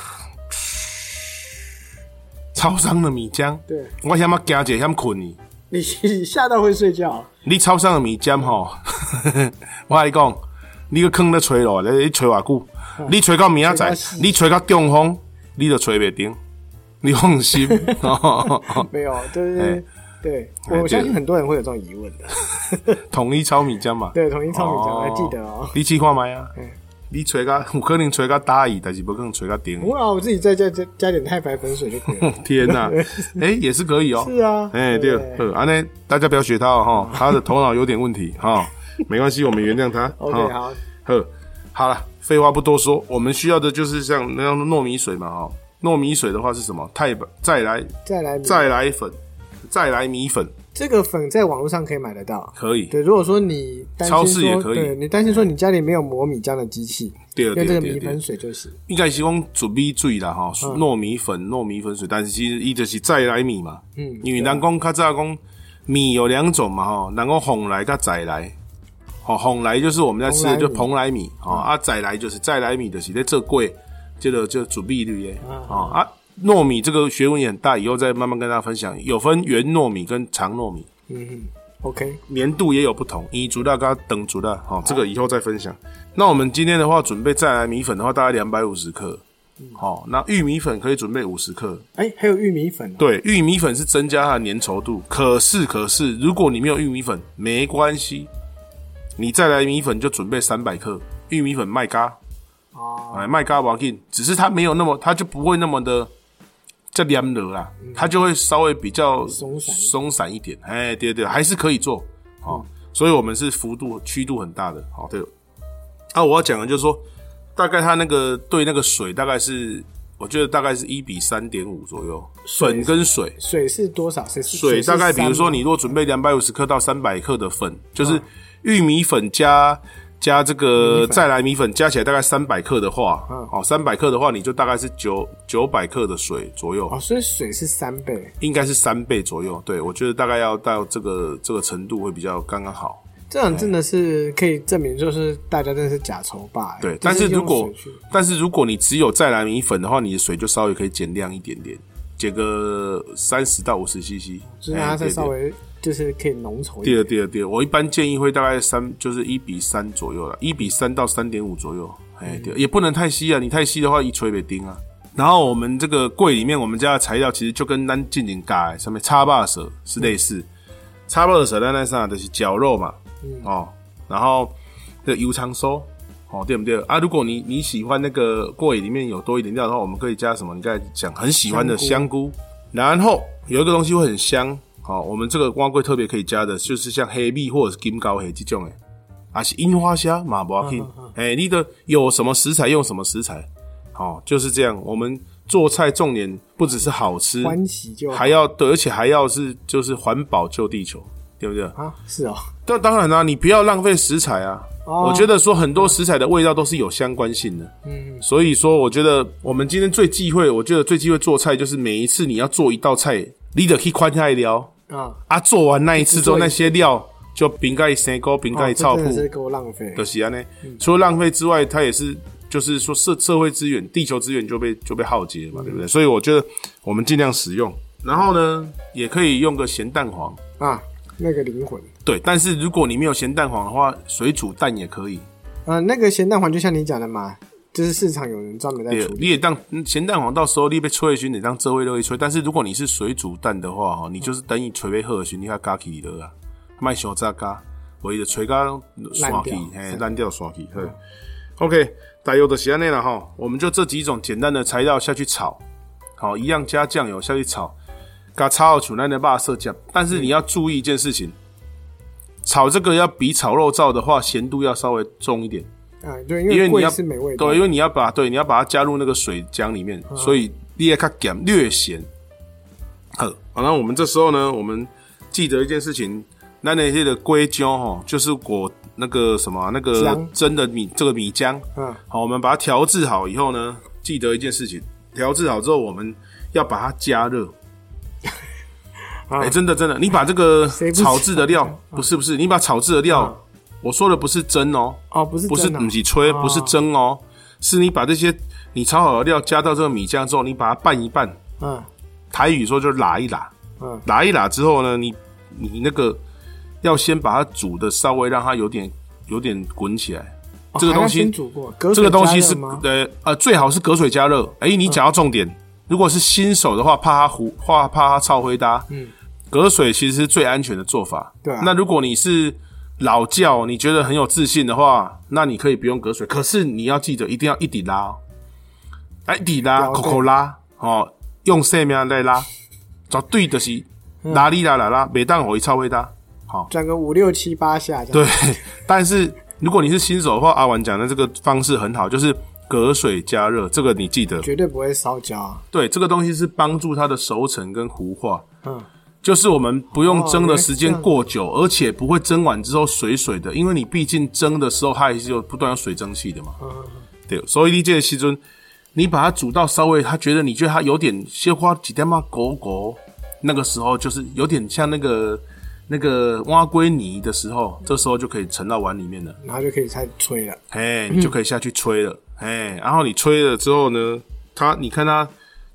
Speaker 1: 超商的米浆，
Speaker 2: 对，
Speaker 1: 我想要惊一下，想困你。
Speaker 2: 你你吓到会睡觉，
Speaker 1: 你超商的米浆吼， 我跟你讲，你个坑咧吹咯，你吹偌久？你吹到明仔
Speaker 2: 吹到
Speaker 1: 载
Speaker 2: 死，
Speaker 1: 你吹到中风，你就吹袂停。你放心，
Speaker 2: 没有，就是、
Speaker 1: 哎
Speaker 2: 对，
Speaker 1: 哎
Speaker 2: 我相信
Speaker 1: 对
Speaker 2: 很多人会有这种疑问的。
Speaker 1: 统一炒米浆嘛。
Speaker 2: 对，统一超米浆，
Speaker 1: 哦
Speaker 2: 还记得哦。
Speaker 1: 你试看卖啊
Speaker 2: 嗯？
Speaker 1: 你吹到有可能吹到大意，但是不可能吹到顶
Speaker 2: 不。会啊，我自己再加加加点太白粉水就可 以了。
Speaker 1: 天哪、哎、也是可以哦、
Speaker 2: 是啊
Speaker 1: 哎、
Speaker 2: 对
Speaker 1: 对，呃，安内大家不要学他哦，哈，他的头脑有点问题哈、没关系，我们原谅他。
Speaker 2: OK，
Speaker 1: 哈
Speaker 2: 好，
Speaker 1: 呵，好了，废话不多说，我们需要的就是像那样的糯米水嘛，哈、糯米水的话是什么？太白，再来，
Speaker 2: 再来米
Speaker 1: 再来粉，再来米粉，
Speaker 2: 这个粉在网络上可以买得到。
Speaker 1: 可以。
Speaker 2: 对，如果说你担
Speaker 1: 超
Speaker 2: 心
Speaker 1: 市
Speaker 2: 说，
Speaker 1: 也可以
Speaker 2: 对你担心说你家里没有磨米浆的机器，
Speaker 1: 对
Speaker 2: 用
Speaker 1: 对
Speaker 2: 这个
Speaker 1: 对
Speaker 2: 米
Speaker 1: 对
Speaker 2: 粉
Speaker 1: 对，
Speaker 2: 水就行。
Speaker 1: 应该是讲准米水啦，哈、
Speaker 2: 嗯
Speaker 1: 糯米粉、糯米粉水，但是其实伊就是再来米嘛，
Speaker 2: 嗯，
Speaker 1: 因为人讲较早讲米有两种嘛吼，人讲红来甲仔来，吼红来就是我们在吃的
Speaker 2: 蓬莱米
Speaker 1: 就蓬莱
Speaker 2: 嗯
Speaker 1: 米吼，啊仔来就是仔来米就是在这贵，这个就主秘率耶吼啊糯米这个学问也很大，以后再慢慢跟大家分享。有分圆糯米跟长糯米，
Speaker 2: 嗯，OK，
Speaker 1: 粘度也有不同，一竹的跟等竹的，好，这个以后再分享。那我们今天的话，准备再来米粉的话，大概两百五十克。好、那玉米粉可以准备五十克，
Speaker 2: 哎，还有玉米粉哦，
Speaker 1: 对，玉米粉是增加它的粘稠度，可是可是，如果你没有玉米粉，没关系，你再来米粉就准备三百克玉米粉麦嘎，
Speaker 2: 啊，
Speaker 1: 哎，麦嘎瓦劲，只是它没有那么，它就不会那么的叫黏的啦，它就会稍微比较
Speaker 2: 嗯松散一点
Speaker 1: 松散一点，
Speaker 2: 嗯
Speaker 1: 哎，对对，还是可以做，哦，所以我们是幅度曲度很大的，好、对。啊，我要讲的就是说，大概它那个对那个水大概是，我觉得大概是一比三点五左右，粉跟水，
Speaker 2: 水是多少？水是
Speaker 1: 水
Speaker 2: 是
Speaker 1: 大概比如说
Speaker 2: 三嗯
Speaker 1: 你如果准备两百五十克到三百克的粉，就是玉米粉加加这个再来米粉加起来大概三百克的话，
Speaker 2: 嗯
Speaker 1: 哦，三百克的话你就大概是九九百克的水左右
Speaker 2: 哦，，所以水是三倍。
Speaker 1: 应该是三倍左右。对我觉得大概要到这个这个程度会比较刚刚好。
Speaker 2: 这样真的是可以证明，就是大家真的是假愁吧？
Speaker 1: 对，
Speaker 2: 就
Speaker 1: 但是
Speaker 2: 是
Speaker 1: 如
Speaker 2: 用
Speaker 1: 果
Speaker 2: 水去
Speaker 1: 但是如果你只有再来米粉的话，你的水就稍微可以减量一点点，减个三十到五十 CC，
Speaker 2: 就是让它
Speaker 1: 哎
Speaker 2: 再
Speaker 1: 对
Speaker 2: 稍
Speaker 1: 对
Speaker 2: 微就是可以浓稠一
Speaker 1: 第
Speaker 2: 点。
Speaker 1: 二，第二，第啊二，我一般建议会大概三，就是一比三左右了，一比三到三点五左右。哎，对，也不能太稀啊，你太稀的话一锤被钉啊。然后我们这个柜里面我们家的材料其实就跟咱近景嘎的上面叉把蛇是类似，叉把蛇在那上就是绞肉嘛，哦，然后这个油肠收。哦，对不对啊？如果你你喜欢那个柜里面有多一点料的话，我们可以加什么？你刚才讲很喜欢的香菇，然后有一个东西会很香，好、我们这个蛙柜特别可以加的，就是像黑蜜或者是金高黑这种诶，啊是樱花虾、马博金，哎、你的有什么食材用什么食材，好、就是这样。我们做菜重点不只是好吃，
Speaker 2: 欢喜就好
Speaker 1: 还要对，而且还要是就是环保救地球，对不对？
Speaker 2: 啊，是哦，
Speaker 1: 但当然啦、你不要浪费食材啊。
Speaker 2: 哦
Speaker 1: 我觉得说很多食材的味道都是有相关性的，
Speaker 2: 嗯，
Speaker 1: 所以说我觉得我们今天最忌讳，我觉得最忌讳做菜就是每一次你要做一道菜，你得去宽下一聊
Speaker 2: 啊，
Speaker 1: 啊，做完那一次之后
Speaker 2: 一直做
Speaker 1: 那些料就饼干生糕、饼干炒铺，
Speaker 2: 哦这真的是够浪费。
Speaker 1: 就是安呢。
Speaker 2: 嗯
Speaker 1: 除了浪费之外，它也是就是说社社会资源、地球资源就被就被耗竭了嘛，对不对？所以我觉得我们尽量使用，然后呢，也可以用个咸蛋黄，
Speaker 2: 啊，那个灵魂
Speaker 1: 对。但是如果你没有咸蛋黄的话，水煮蛋也可以。
Speaker 2: 啊，那个咸蛋黄就像你讲的嘛，就是市场有人专门在
Speaker 1: 对
Speaker 2: 处，理。
Speaker 1: 你也当嗯咸蛋黄，到时候你被吹一熏，你当这味都会吹。但是如果你是水煮蛋的话，哈，你就是等于吹被喝熏，你还加起的啊，卖小炸嘎，我一直吹嘎刷起
Speaker 2: 掉，
Speaker 1: 嘿，烂掉刷起。嘿，OK，大油的咸内了哈，我们就这几种简单的材料下去炒，好，一样加酱油下去炒，嘎炒好煮那的把色酱。但是你要注意一件事情，炒这个要比炒肉燥的话，咸度要稍微重一点。
Speaker 2: 啊，对，因
Speaker 1: 因为
Speaker 2: 为
Speaker 1: 你
Speaker 2: 贵
Speaker 1: 要
Speaker 2: 是美味的。嗯
Speaker 1: 对，因为你要把对你要把它加入那个水浆里面，所以你也看咸略咸。好，好那我们这时候呢，我们记得一件事情，那那些的硅胶哈，就是果那个什么啊那个
Speaker 2: 浆
Speaker 1: 蒸的米这个米浆，
Speaker 2: 嗯，
Speaker 1: 好，我们把它调制好以后呢，记得一件事情，调制好之后我们要把它加热。哎、
Speaker 2: 啊
Speaker 1: 真的真的，你把这个
Speaker 2: 谁不啊
Speaker 1: 炒制的料，不是不是，你把炒制的料，我说的不是蒸哦、
Speaker 2: 哦，不是
Speaker 1: 不是
Speaker 2: 真的
Speaker 1: 不是吹，不是蒸哦，是你把这些你炒好的料加到这个米浆之后，你把它拌一拌，
Speaker 2: 啊，
Speaker 1: 台语说就是拉一拉，
Speaker 2: 嗯，
Speaker 1: 拉一拉之后呢，你你那个要先把它煮的稍微让它有点有点滚起来，
Speaker 2: 哦
Speaker 1: 这个
Speaker 2: 还要
Speaker 1: 东西
Speaker 2: 先煮过，隔
Speaker 1: 这
Speaker 2: 水
Speaker 1: 个东
Speaker 2: 加
Speaker 1: 西
Speaker 2: 热
Speaker 1: 是
Speaker 2: 吗？嗯
Speaker 1: 呃呃最好是隔水加热。哎，你讲到重点，如果是新手的话，怕它糊，怕怕它炒灰搭，嗯，隔水其实是最安全的做法。
Speaker 2: 对啊
Speaker 1: 那如果你是老教，你觉得很有自信的话，那你可以不用隔水，可是你要记得一定要一底拉、哦，哎，一底拉，
Speaker 2: 了解
Speaker 1: 口口拉，哦，用生命来拉，绝对就是
Speaker 2: 嗯
Speaker 1: 拉里拉拉拉，每当我一炒灰搭。
Speaker 2: 转个五六七八下这样。
Speaker 1: 对， 但是如果你是新手的话，阿婉讲的这个方式很好，就是隔水加热，这个你记得。
Speaker 2: 绝对不会烧焦啊！
Speaker 1: 对，这个东西是帮助它的熟成跟糊化，
Speaker 2: 嗯，
Speaker 1: 就是我们不用
Speaker 2: 哦
Speaker 1: 蒸
Speaker 2: 原
Speaker 1: 的
Speaker 2: 来是
Speaker 1: 时
Speaker 2: 这
Speaker 1: 间
Speaker 2: 样
Speaker 1: 过久，而且不会蒸完之后水水的，因为你毕竟蒸的时候它还是有不断有水蒸气的嘛。对，所以你这个时阵，你把它煮到稍微，他觉得你觉得它有点些花几点嘛狗狗，那个时候就是有点像那个那个挖龟泥的时候，这时候就可以盛到碗里面了。
Speaker 2: 然后就可以开始吹了。
Speaker 1: 哎，
Speaker 2: 嗯
Speaker 1: 你就可以下去吹了。哎，然后你吹了之后呢，它你看它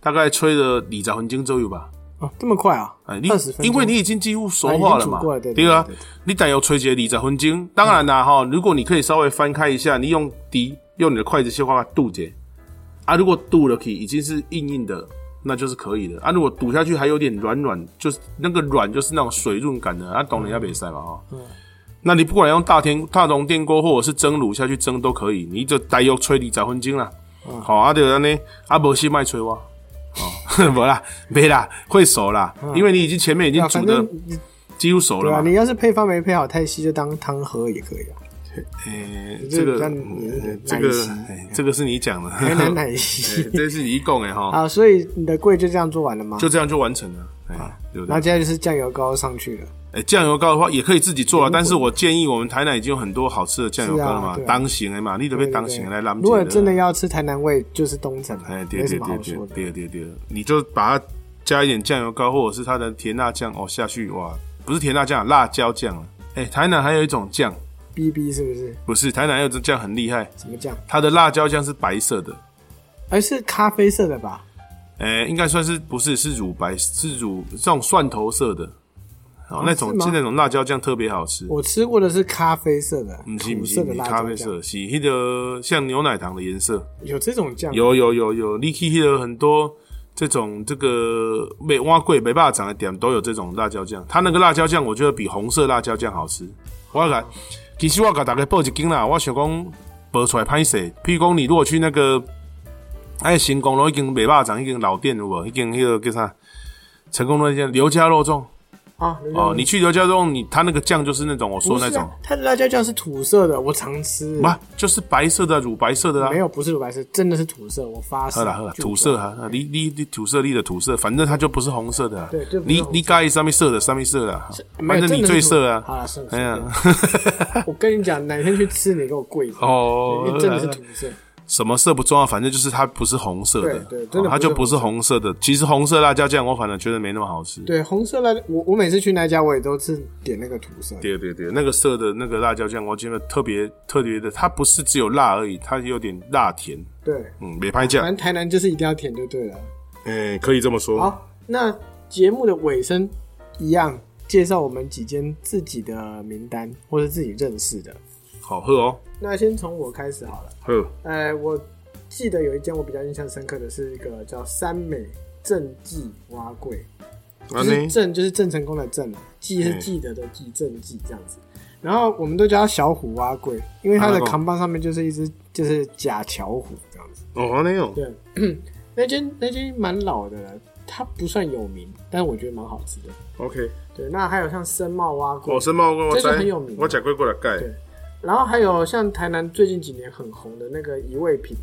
Speaker 1: 大概吹了二十分钟左右吧。
Speaker 2: 哦，这么快啊！
Speaker 1: 哎，你
Speaker 2: 二十分钟，
Speaker 1: 因为你已经几乎熟化了嘛，
Speaker 2: 啊已经煮过了对
Speaker 1: 对啊
Speaker 2: 对对，嗯
Speaker 1: 你得要吹节二十分钟。当然啦，哈、如果你可以稍微翻开一下，你用底用你的筷子先把它渡节啊，如果渡了去已经是硬硬的，那就是可以的啊。如果堵下去还有点软软，就是那个软就是那种水润感的，啊，懂人家
Speaker 2: 嗯
Speaker 1: 比赛嘛，哈、那你不管用大天大铜电锅或者是蒸炉下去蒸都可以，你就大约吹二十分钟啦。
Speaker 2: 嗯
Speaker 1: 好、啊，就安尼，啊，无事卖吹我。哦， 无啦，没啦，会熟啦，因为你已经前面已经
Speaker 2: 啊
Speaker 1: 煮
Speaker 2: 反
Speaker 1: 的
Speaker 2: 正
Speaker 1: 几乎熟
Speaker 2: 对
Speaker 1: 了
Speaker 2: 啊，
Speaker 1: 嘛。
Speaker 2: 你要是配方没配好太稀，就当汤喝也可以啊。
Speaker 1: 诶，这
Speaker 2: 比
Speaker 1: 个
Speaker 2: 较
Speaker 1: 嗯
Speaker 2: 嗯
Speaker 1: 这个
Speaker 2: 耐心
Speaker 1: 诶这个是你讲 的，
Speaker 2: 还 难
Speaker 1: 诶
Speaker 2: 奶昔
Speaker 1: 这是你讲的哈，
Speaker 2: 啊！所以你的柜就这样做完了吗？
Speaker 1: 就这样就完成了，诶对不
Speaker 2: 然
Speaker 1: 对
Speaker 2: 后？接下来就是酱油膏上去了。
Speaker 1: 诶，酱油膏的话也可以自己做啊，但是我建议我们台南已经有很多好吃的酱油膏了嘛
Speaker 2: 是啊对，啊
Speaker 1: 当型的嘛，你得被当型的来
Speaker 2: 对
Speaker 1: 拦截。
Speaker 2: 如果真的要吃台南味，就是东城，啊
Speaker 1: 哎，对
Speaker 2: 没什
Speaker 1: 对
Speaker 2: 么
Speaker 1: 对
Speaker 2: 好说
Speaker 1: 对
Speaker 2: 的。
Speaker 1: 对对对，你就把它加一点酱油膏，或者是它的甜辣酱哦下去，哇，不是甜辣酱，辣椒酱啊。哎，台南还有一种酱，
Speaker 2: B B 是不是？
Speaker 1: 不是台南还有一种酱很厉害，
Speaker 2: 什么酱？
Speaker 1: 它的辣椒酱是白色的，
Speaker 2: 而是咖啡色的吧？
Speaker 1: 哎，应该算是不是是乳白是乳这种蒜头色的，哦，那种
Speaker 2: 是吗
Speaker 1: 是那种辣椒酱特别好吃。
Speaker 2: 我吃过的是咖啡色的，
Speaker 1: 不嗯是
Speaker 2: 土
Speaker 1: 不
Speaker 2: 色
Speaker 1: 是，
Speaker 2: 的
Speaker 1: 你
Speaker 2: 辣
Speaker 1: 咖
Speaker 2: 椒
Speaker 1: 啡
Speaker 2: 酱，
Speaker 1: 色，是那个像牛奶糖的颜色。
Speaker 2: 有这种酱？
Speaker 1: 有有有有，你去那个很多这种这个美蛙贵美霸掌的店都有这种辣椒酱，它那个辣椒酱我觉得比红色辣椒酱好吃。我来，其实我给大家报一斤啦，我想讲报出来拍势，譬如讲你如果去那个哎成功路已经美霸掌已经老店有无？已经那个叫啥？成功路那家刘家肉粽
Speaker 2: 啊，
Speaker 1: 哦，你去刘家肉粽，你它那个酱就是那种我
Speaker 2: 不
Speaker 1: 说
Speaker 2: 是
Speaker 1: 那
Speaker 2: 啊
Speaker 1: 种，
Speaker 2: 它的辣椒酱是土色的，我常吃
Speaker 1: 不、。就是白色的啊乳白色的啊
Speaker 2: 没。有，不是乳白色，真的是土色，我发誓。
Speaker 1: 喝啦喝啦，
Speaker 2: 就
Speaker 1: 土色 啊，你你你土色，你的土色，反正它就不是红色的啊。
Speaker 2: 对就不是
Speaker 1: 你
Speaker 2: 红色
Speaker 1: 你介意上面色的，上面色的啊，
Speaker 2: 没
Speaker 1: 反
Speaker 2: 有
Speaker 1: 正你
Speaker 2: 真
Speaker 1: 最
Speaker 2: 的是土
Speaker 1: 色啊。
Speaker 2: 好了，算了。
Speaker 1: 哎
Speaker 2: 算
Speaker 1: 呀
Speaker 2: 了，我跟你讲，哪天去吃，你给我跪着，
Speaker 1: 哦
Speaker 2: 因为真的是土色。
Speaker 1: 什么色不重要，反正就是它不是红色的，哦
Speaker 2: 对对真的
Speaker 1: 它就
Speaker 2: 不
Speaker 1: 不
Speaker 2: 是
Speaker 1: 是红色的。其实红色辣椒酱我反而觉得没那么好吃。
Speaker 2: 对，红色辣椒，我我每次去那家我也都是点那个土色的，
Speaker 1: 对对对，那个色的那个辣椒酱，我觉得特别特别的，它不是只有辣而已，它有点辣甜，
Speaker 2: 对，
Speaker 1: 嗯，美拍酱
Speaker 2: 反，正台南就是一定要甜就对了。
Speaker 1: 诶、可以这么说。
Speaker 2: 好，那节目的尾声一样介绍我们几间自己的名单或者自己认识的。
Speaker 1: 好喝哦，
Speaker 2: 那先从我开始好了。
Speaker 1: 喝，
Speaker 2: 呃，我记得有一间我比较印象深刻的是一个叫三美正记蛙柜，就
Speaker 1: 安
Speaker 2: 是
Speaker 1: 内
Speaker 2: 正就是郑成功的郑啊，记是
Speaker 1: 啊嗯
Speaker 2: 记得的记，正记这样子。然后我们都叫它小虎蛙柜，因为它
Speaker 1: 啊
Speaker 2: 的
Speaker 1: 那个
Speaker 2: 扛棒上面就是一只就是假巧虎这样子。
Speaker 1: 哦，安内哦，
Speaker 2: 对，那间那间蛮老的了，它不算有名，但是我觉得蛮好吃的。
Speaker 1: OK，
Speaker 2: 对，那还有像深茂蛙柜，
Speaker 1: 我是猫哥，我
Speaker 2: 这
Speaker 1: 知
Speaker 2: 就很有名
Speaker 1: 我讲过过来盖
Speaker 2: 对然后还有像台南最近几年很红的那个一味品，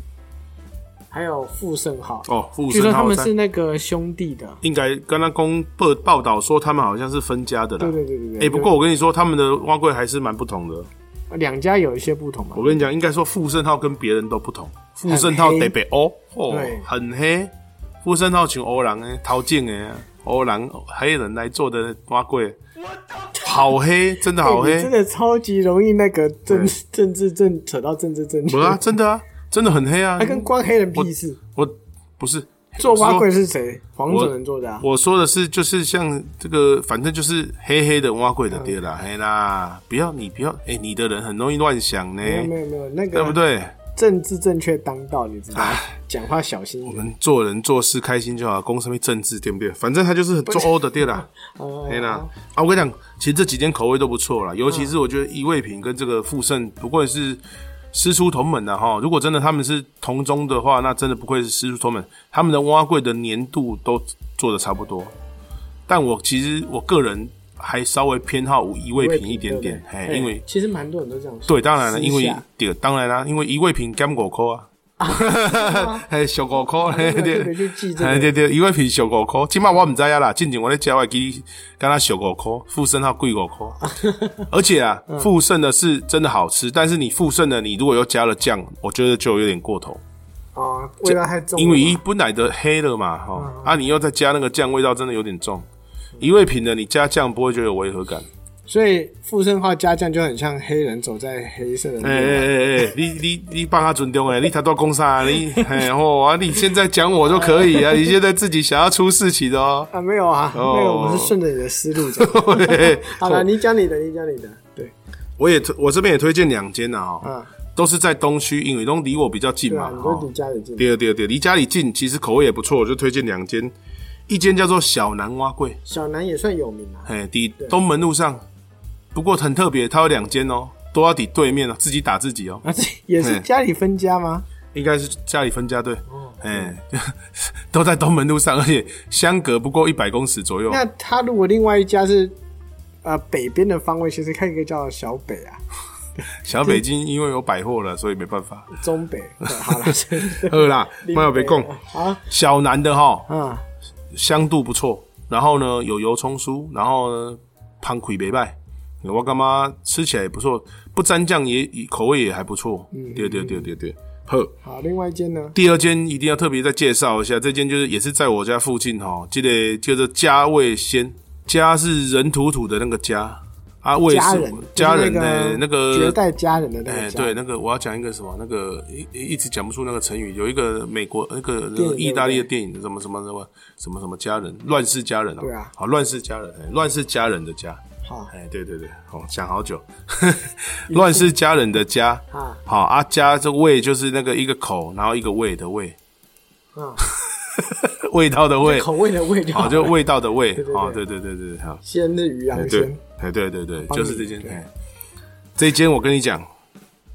Speaker 2: 还有富盛号，
Speaker 1: 哦，富
Speaker 2: 据
Speaker 1: 生
Speaker 2: 说他
Speaker 1: 号
Speaker 2: 们
Speaker 1: 在
Speaker 2: 是那个兄弟的。啊
Speaker 1: 应该刚刚公报报道说他们好像是分家的啦。
Speaker 2: 对对对对对。
Speaker 1: 哎、不过我跟你说，他们的蛙柜还是蛮不同的。
Speaker 2: 就两家有一些不同嘛
Speaker 1: 我。跟你讲，应该说富盛号跟别人都不同。富盛号
Speaker 2: 很黑
Speaker 1: 得被欧，哦
Speaker 2: 对，
Speaker 1: 很黑。富盛号请欧郎哎，陶静哎，欧郎黑人来做的蛙柜，好黑，真的好
Speaker 2: 哎你
Speaker 1: 黑
Speaker 2: 真。的超级容易那个政 政治正扯到政治正确
Speaker 1: 不，啊，真的啊，真的很黑啊
Speaker 2: 他。跟关黑人屁事。
Speaker 1: 我不是
Speaker 2: 做
Speaker 1: 我
Speaker 2: 挖
Speaker 1: 说
Speaker 2: 柜是谁？黄
Speaker 1: 我
Speaker 2: 种人做的啊。
Speaker 1: 我说的是，就是像这个，反正就是黑黑的蛙柜的爹啦，黑啦，不要你不要，哎、你的人很容易乱想呢，
Speaker 2: 没有没有没有，那
Speaker 1: 对不
Speaker 2: 个
Speaker 1: 对？
Speaker 2: 政治正确当道，你知道吗？讲话小心一
Speaker 1: 我
Speaker 2: 点。
Speaker 1: 们做人做事开心就好，公司没政治，对不对？反正他就是很做欧的对啦，
Speaker 2: 哦
Speaker 1: 对啦。啊，我跟你讲，其实这几间口味都不错啦，尤其是我觉得一味品跟这个富盛，不过是师出同门的啊哈。如果真的他们是同宗的话，那真的不愧是师出同门，他们的蛙柜的粘度都做的差不多。但我其实我个人还稍微偏好一味品一点点，
Speaker 2: 对不
Speaker 1: 哎，
Speaker 2: 对
Speaker 1: 因为
Speaker 2: 其实蛮多人都这样说。
Speaker 1: 对，当然了，因
Speaker 2: 私
Speaker 1: 为
Speaker 2: 下
Speaker 1: 对，当然啦，因为一味品减五块啊。 嘿，小五块，嘿
Speaker 2: 没有
Speaker 1: 对
Speaker 2: 啊特别去记这个
Speaker 1: 嘿对对，一味品小五块，即码我毋知啊影啦，进前我咧食我记，敢若小五块，富盛号贵五块， 而且啊，
Speaker 2: 嗯
Speaker 1: 富盛的是真的好吃，但是你富盛的你如果又加了酱，我觉得就有点过头，
Speaker 2: 啊，味道太重了嘛，嗯
Speaker 1: 因为一本来的黑了嘛，哈，啊你又再加那个酱，味道真的有点重。一味品的你加酱不会觉得有违和感，
Speaker 2: 所以富盛号家将就很像黑人走在黑色的路。
Speaker 1: 哎哎哎哎，你你你帮他尊重哎，你他都公啥？你哎哦啊，你现在讲我就可以啊，你现在自己想要出事情的哦。
Speaker 2: 啊，没有啊，
Speaker 1: 哦
Speaker 2: 没有，我们是顺着你的思 路走。 好了，你讲你的，你讲你的，对，
Speaker 1: 我也推我这边也推荐两间呐哦，
Speaker 2: 嗯
Speaker 1: 都是在东区，因为都离我比较近
Speaker 2: 对
Speaker 1: 嘛
Speaker 2: 啊，你
Speaker 1: 哦
Speaker 2: 都离家里近，
Speaker 1: 对对对，离家里近，其实口味也不错，我就推荐两间，一间叫做小南蛙柜，
Speaker 2: 小南也算有名啊。
Speaker 1: 哎，抵东门路上，不过很特别，它有两间哦，都要抵对面哦，自己打自己哦，
Speaker 2: 啊，这也是家里分家吗？
Speaker 1: 应该是家里分家对，哎， 都在东门路上，而且相隔不过一百公尺左右。
Speaker 2: 那他如果另外一家是，呃，北边的方位，其实看一个叫小北啊，
Speaker 1: 小北京因为有百货了，所以没办法。
Speaker 2: 中北。对好了，
Speaker 1: 二啦，不要别供。
Speaker 2: 好
Speaker 1: 小南的哈，
Speaker 2: 啊，
Speaker 1: 香度不错，然后呢有油葱酥，然后呢胖葵没败，我干妈吃起来也不错，不沾酱也也口味也还不错。对对对对对，呵。
Speaker 2: 好，另外一间呢？
Speaker 1: 第二间一定要特别再介绍一下，这间就是也是在我家附近哈，这个叫做家味鲜，家是人土土的那个家，啊味
Speaker 2: 家
Speaker 1: 是
Speaker 2: 人，
Speaker 1: 家
Speaker 2: 就是
Speaker 1: 人呢那个
Speaker 2: 绝代佳人的那
Speaker 1: 哎，
Speaker 2: 个家，
Speaker 1: 对，那个我要讲一个什么，那个一一直讲不出那个成语，有一个美国那个那
Speaker 2: 电
Speaker 1: 个
Speaker 2: 影
Speaker 1: 意大利的电影，什么什么什么什么什么家人，乱世佳人啊，
Speaker 2: 对啊
Speaker 1: 好，乱世佳人，哎乱世佳人的家，
Speaker 2: 好
Speaker 1: 哎，对对对，好，讲好久，乱世佳人的家，
Speaker 2: 啊
Speaker 1: 好啊，家这味就是那个一个口，然后一个味的味，
Speaker 2: 啊，
Speaker 1: 味道的味，
Speaker 2: 口味的味道，
Speaker 1: 哎好，就味道的味
Speaker 2: 对，对
Speaker 1: 好，
Speaker 2: 对
Speaker 1: 对对对对，对好，
Speaker 2: 鲜日鱼啊
Speaker 1: 哎
Speaker 2: 洋
Speaker 1: 对
Speaker 2: 鲜。，
Speaker 1: 哎对对对，就是这间
Speaker 2: 对，
Speaker 1: 哎，这间我跟你讲，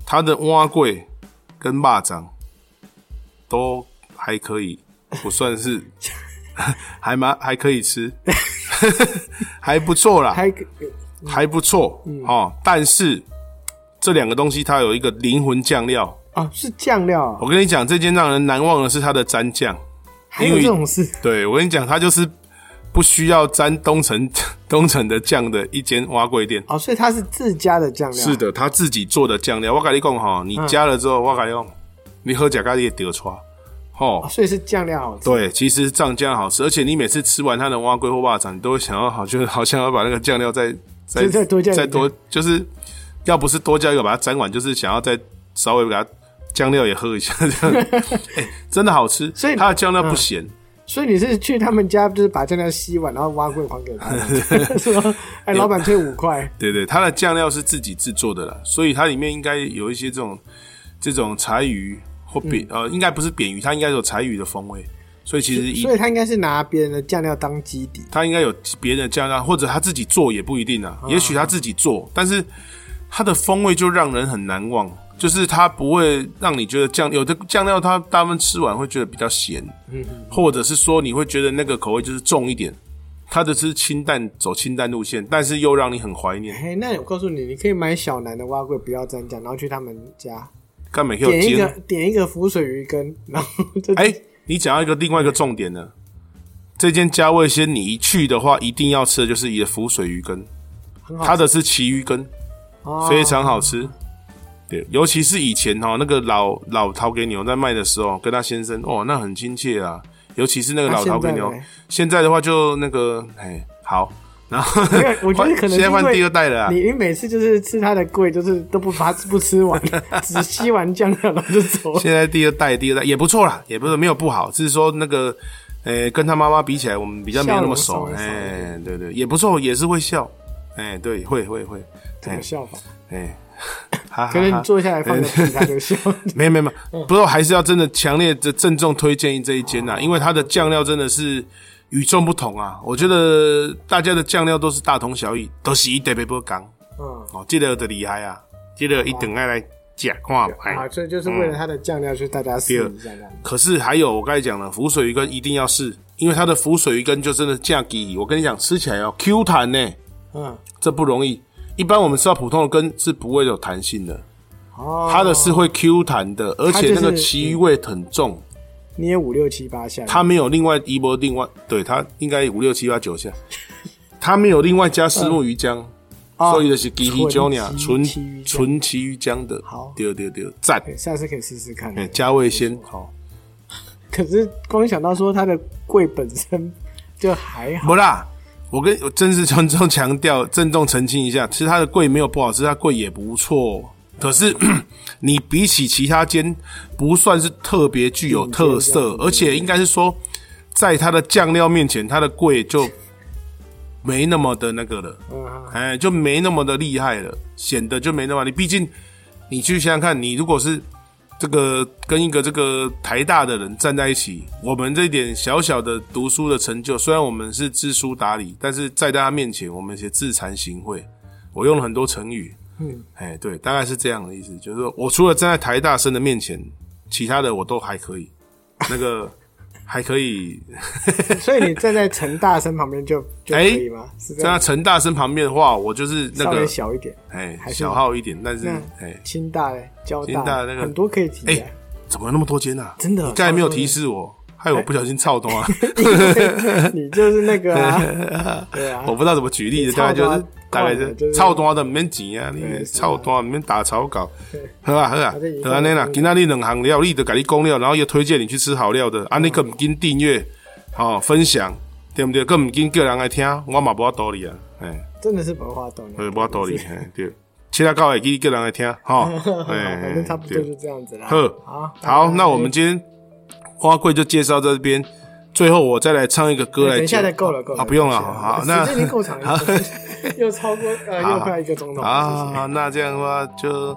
Speaker 1: 它的蛙柜跟蚂蚱都还可以，不算 是还蛮还可以吃，还不错啦，
Speaker 2: 还嗯可
Speaker 1: 还不错哦。但是这两个东西它有一个灵魂酱料，
Speaker 2: 啊，是酱料啊，
Speaker 1: 我跟你讲，这间让人难忘的是它的蘸酱。
Speaker 2: 还有这种事
Speaker 1: 对我跟你讲，它就是不需要沾东城 东城的酱的一间蛙柜店。
Speaker 2: 哦，所以它是自家的酱料。嗯
Speaker 1: 是，的，他自己做的酱料。我跟你讲哈，你加了之后，我跟你讲，你喝假咖喱也得出，哦
Speaker 2: 哦，所以是酱料好吃。
Speaker 1: 对，其实藏酱好吃，而且你每次吃完它的蛙龟或霸掌，你都会想要好，就是 好像要把那个酱料再再
Speaker 2: 就再多加一点
Speaker 1: 再多，就是要不是多加一个把它沾完，就是想要再稍微把它酱料也喝一下，这 样，哎、真的好吃。
Speaker 2: 所以嗯
Speaker 1: 它的酱料不咸，
Speaker 2: 所以你是去他们家，就是把酱料吸完，然后挖柜还给 他们，说：“哎、老板退五块。
Speaker 1: 对对，它的酱料是自己制作的啦，所以它里面应该有一些这种这种柴鱼或扁、呃，应该不是扁鱼，它应该有柴鱼的风味，所以其实” 一
Speaker 2: 所以他应该是拿别人的酱料当基底，
Speaker 1: 他应该有别人的酱料，或者他自己做也不一定啊。也许他自己做，但是它的风味就让人很难忘，就是它不会让你觉得酱有的酱料，它大部分吃完会觉得比较咸，或者是说你会觉得那个口味就是重一点。它的是清淡，走清淡路线，但是又让你很怀念。
Speaker 2: 哎、那我告诉你，你可以买小南的蛙柜，不要蘸酱，然后去他们家
Speaker 1: 干美 Q
Speaker 2: 点一
Speaker 1: 煎
Speaker 2: 个点一个浮水鱼羹，然后就
Speaker 1: 哎、你讲到一个另外一个重点呢，这间家味鲜你一去的话，一定要吃的就是你的浮水鱼羹，
Speaker 2: 很好
Speaker 1: 它的是旗鱼羹，
Speaker 2: 哦
Speaker 1: 非常好吃。对，尤其是以前哦，那个老老陶给牛在卖的时候，跟他先生哦，那很亲切啊。尤其是那个
Speaker 2: 那
Speaker 1: 老陶给牛，
Speaker 2: 现在呢
Speaker 1: 现在的话就那个哎好，然后
Speaker 2: 没有我觉得可能是
Speaker 1: 现在换
Speaker 2: 因为
Speaker 1: 第二代了啊。
Speaker 2: 你你每次就是吃他的贵，就是都不把 不 吃完，只吸完酱料然后就走。
Speaker 1: 现在第二代第二代也不错啦，也不是没有不好，只是说那个，呃、跟他妈妈比起来，我们比较没有那么熟
Speaker 2: 笑容，少
Speaker 1: 哎、
Speaker 2: 一
Speaker 1: 对对，也不错，也是会笑，哎、对，会会会，哎
Speaker 2: 有效法，
Speaker 1: 哎、 哈哈哈
Speaker 2: 可能你嗯坐下来放个屁，他就 笑。
Speaker 1: 没有没有没有，不过还是要真的强烈的郑重推荐这一
Speaker 2: 哦
Speaker 1: 间呐、啊因为它的酱料真的是与众不同啊，我觉得大家的酱料都是大同小异，都是一点北不港
Speaker 2: 嗯，
Speaker 1: 哦，这个的厉害啊，这个一定要来吃看看。
Speaker 2: 啊，所以就是为了他的酱料去大家试一下这样。
Speaker 1: 可是还有我刚才讲了，浮水鱼羹一定要试，因为它的浮水鱼羹就真的价低。我跟你讲，吃起来要 Q 弹呢、
Speaker 2: 嗯，
Speaker 1: 这不容易。一般我们吃到普通的羹是不会有弹性的，
Speaker 2: 哦，
Speaker 1: 它的是会 Q 弹的，而且那
Speaker 2: 它
Speaker 1: 个
Speaker 2: 就是
Speaker 1: 奇鱼味很重，
Speaker 2: 嗯捏五六七八下，
Speaker 1: 它没有另外一波另外对它应该五六七八 九下，它没有另外加丝木鱼浆，
Speaker 2: 哦
Speaker 1: 所以就是鸡鱼酱呀，纯
Speaker 2: 纯奇鱼酱
Speaker 1: 纯奇鱼浆的。
Speaker 2: 好
Speaker 1: 对对对，赞，
Speaker 2: 对下次可以试试看。
Speaker 1: 哎加味鲜好。
Speaker 2: 可是光想到说它的贵本身就还 好，
Speaker 1: 不啦，我跟我真是郑重强调、郑重澄清一下，其实它的贵没有不好吃，它贵也不错。可是 你比起其他间，不算是特别具
Speaker 2: 嗯
Speaker 1: 有特色，而且应该是说，在它的酱料面前，它的贵就没那么的那个了，
Speaker 2: 嗯，
Speaker 1: 哎，就没那么的厉害了，显得就没那么。你毕竟，你去想想看，你如果是这个跟一个这个台大的人站在一起，我们这点小小的读书的成就，虽然我们是知书达理，但是在大家面前，我们也自惭形秽。我用了很多成语，嗯，哎，对，大概是这样的意思，就是说我除了站在台大生的面前，其他的我都还可以，那个还可 以
Speaker 2: 所以你站在陈大生旁边就就可
Speaker 1: 哎
Speaker 2: 以吗？是这
Speaker 1: 站在
Speaker 2: 样，
Speaker 1: 陈大生旁边的话，我就是那
Speaker 2: 稍
Speaker 1: 个
Speaker 2: 微小一点。
Speaker 1: 哎
Speaker 2: 是
Speaker 1: 小号一点，但是
Speaker 2: 那
Speaker 1: 哎
Speaker 2: 清大嘞、交
Speaker 1: 清大
Speaker 2: 大
Speaker 1: 那个
Speaker 2: 很多可以提啊
Speaker 1: 哎。怎么有那么多间啊？
Speaker 2: 真的
Speaker 1: 你刚才没有提示我，害我不小心操动啊！
Speaker 2: 你就是那个啊， 对啊，
Speaker 1: 我不知道怎么举例的，
Speaker 2: 你
Speaker 1: 大概就是
Speaker 2: 操单
Speaker 1: 大概
Speaker 2: 啊快点就是是
Speaker 1: 操单的免钱啊，你
Speaker 2: 对是啊
Speaker 1: 操单免打草稿，好啊好啊
Speaker 2: 反正以，后
Speaker 1: 就安尼啦。今仔日两行料，你就给你讲了，然后又推荐你去吃好料的，啊，
Speaker 2: 嗯
Speaker 1: 你更唔紧订阅，哦，分享，对不对？更唔紧叫人来听，我嘛无道理啊，哎，
Speaker 2: 真的是文化懂
Speaker 1: 我
Speaker 2: 的，
Speaker 1: 无道理，哎，对。其他搞会记叫人来听， 哈，哎
Speaker 2: 反正差不多
Speaker 1: 对
Speaker 2: 就这样子啦。
Speaker 1: 呵
Speaker 2: 好，
Speaker 1: 好，
Speaker 2: 拜
Speaker 1: 那我们今天花贵就介绍到这边。最后我再来唱一个歌来
Speaker 2: 哎等一下
Speaker 1: 结
Speaker 2: 再够了，够了
Speaker 1: 啊，不用了，
Speaker 2: 谢谢
Speaker 1: 好，那
Speaker 2: 时间已经够长 了
Speaker 1: 好，
Speaker 2: 又超过呃
Speaker 1: 好
Speaker 2: 又快一个 钟头
Speaker 1: 好
Speaker 2: 了，
Speaker 1: 好
Speaker 2: 谢谢
Speaker 1: 好，啊那这样的话就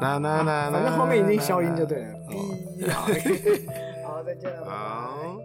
Speaker 1: 啦啦啦啦，
Speaker 2: 反正后面已经消音就对了
Speaker 1: 哦。
Speaker 2: 哔好，好，再见了，拜拜
Speaker 1: 好。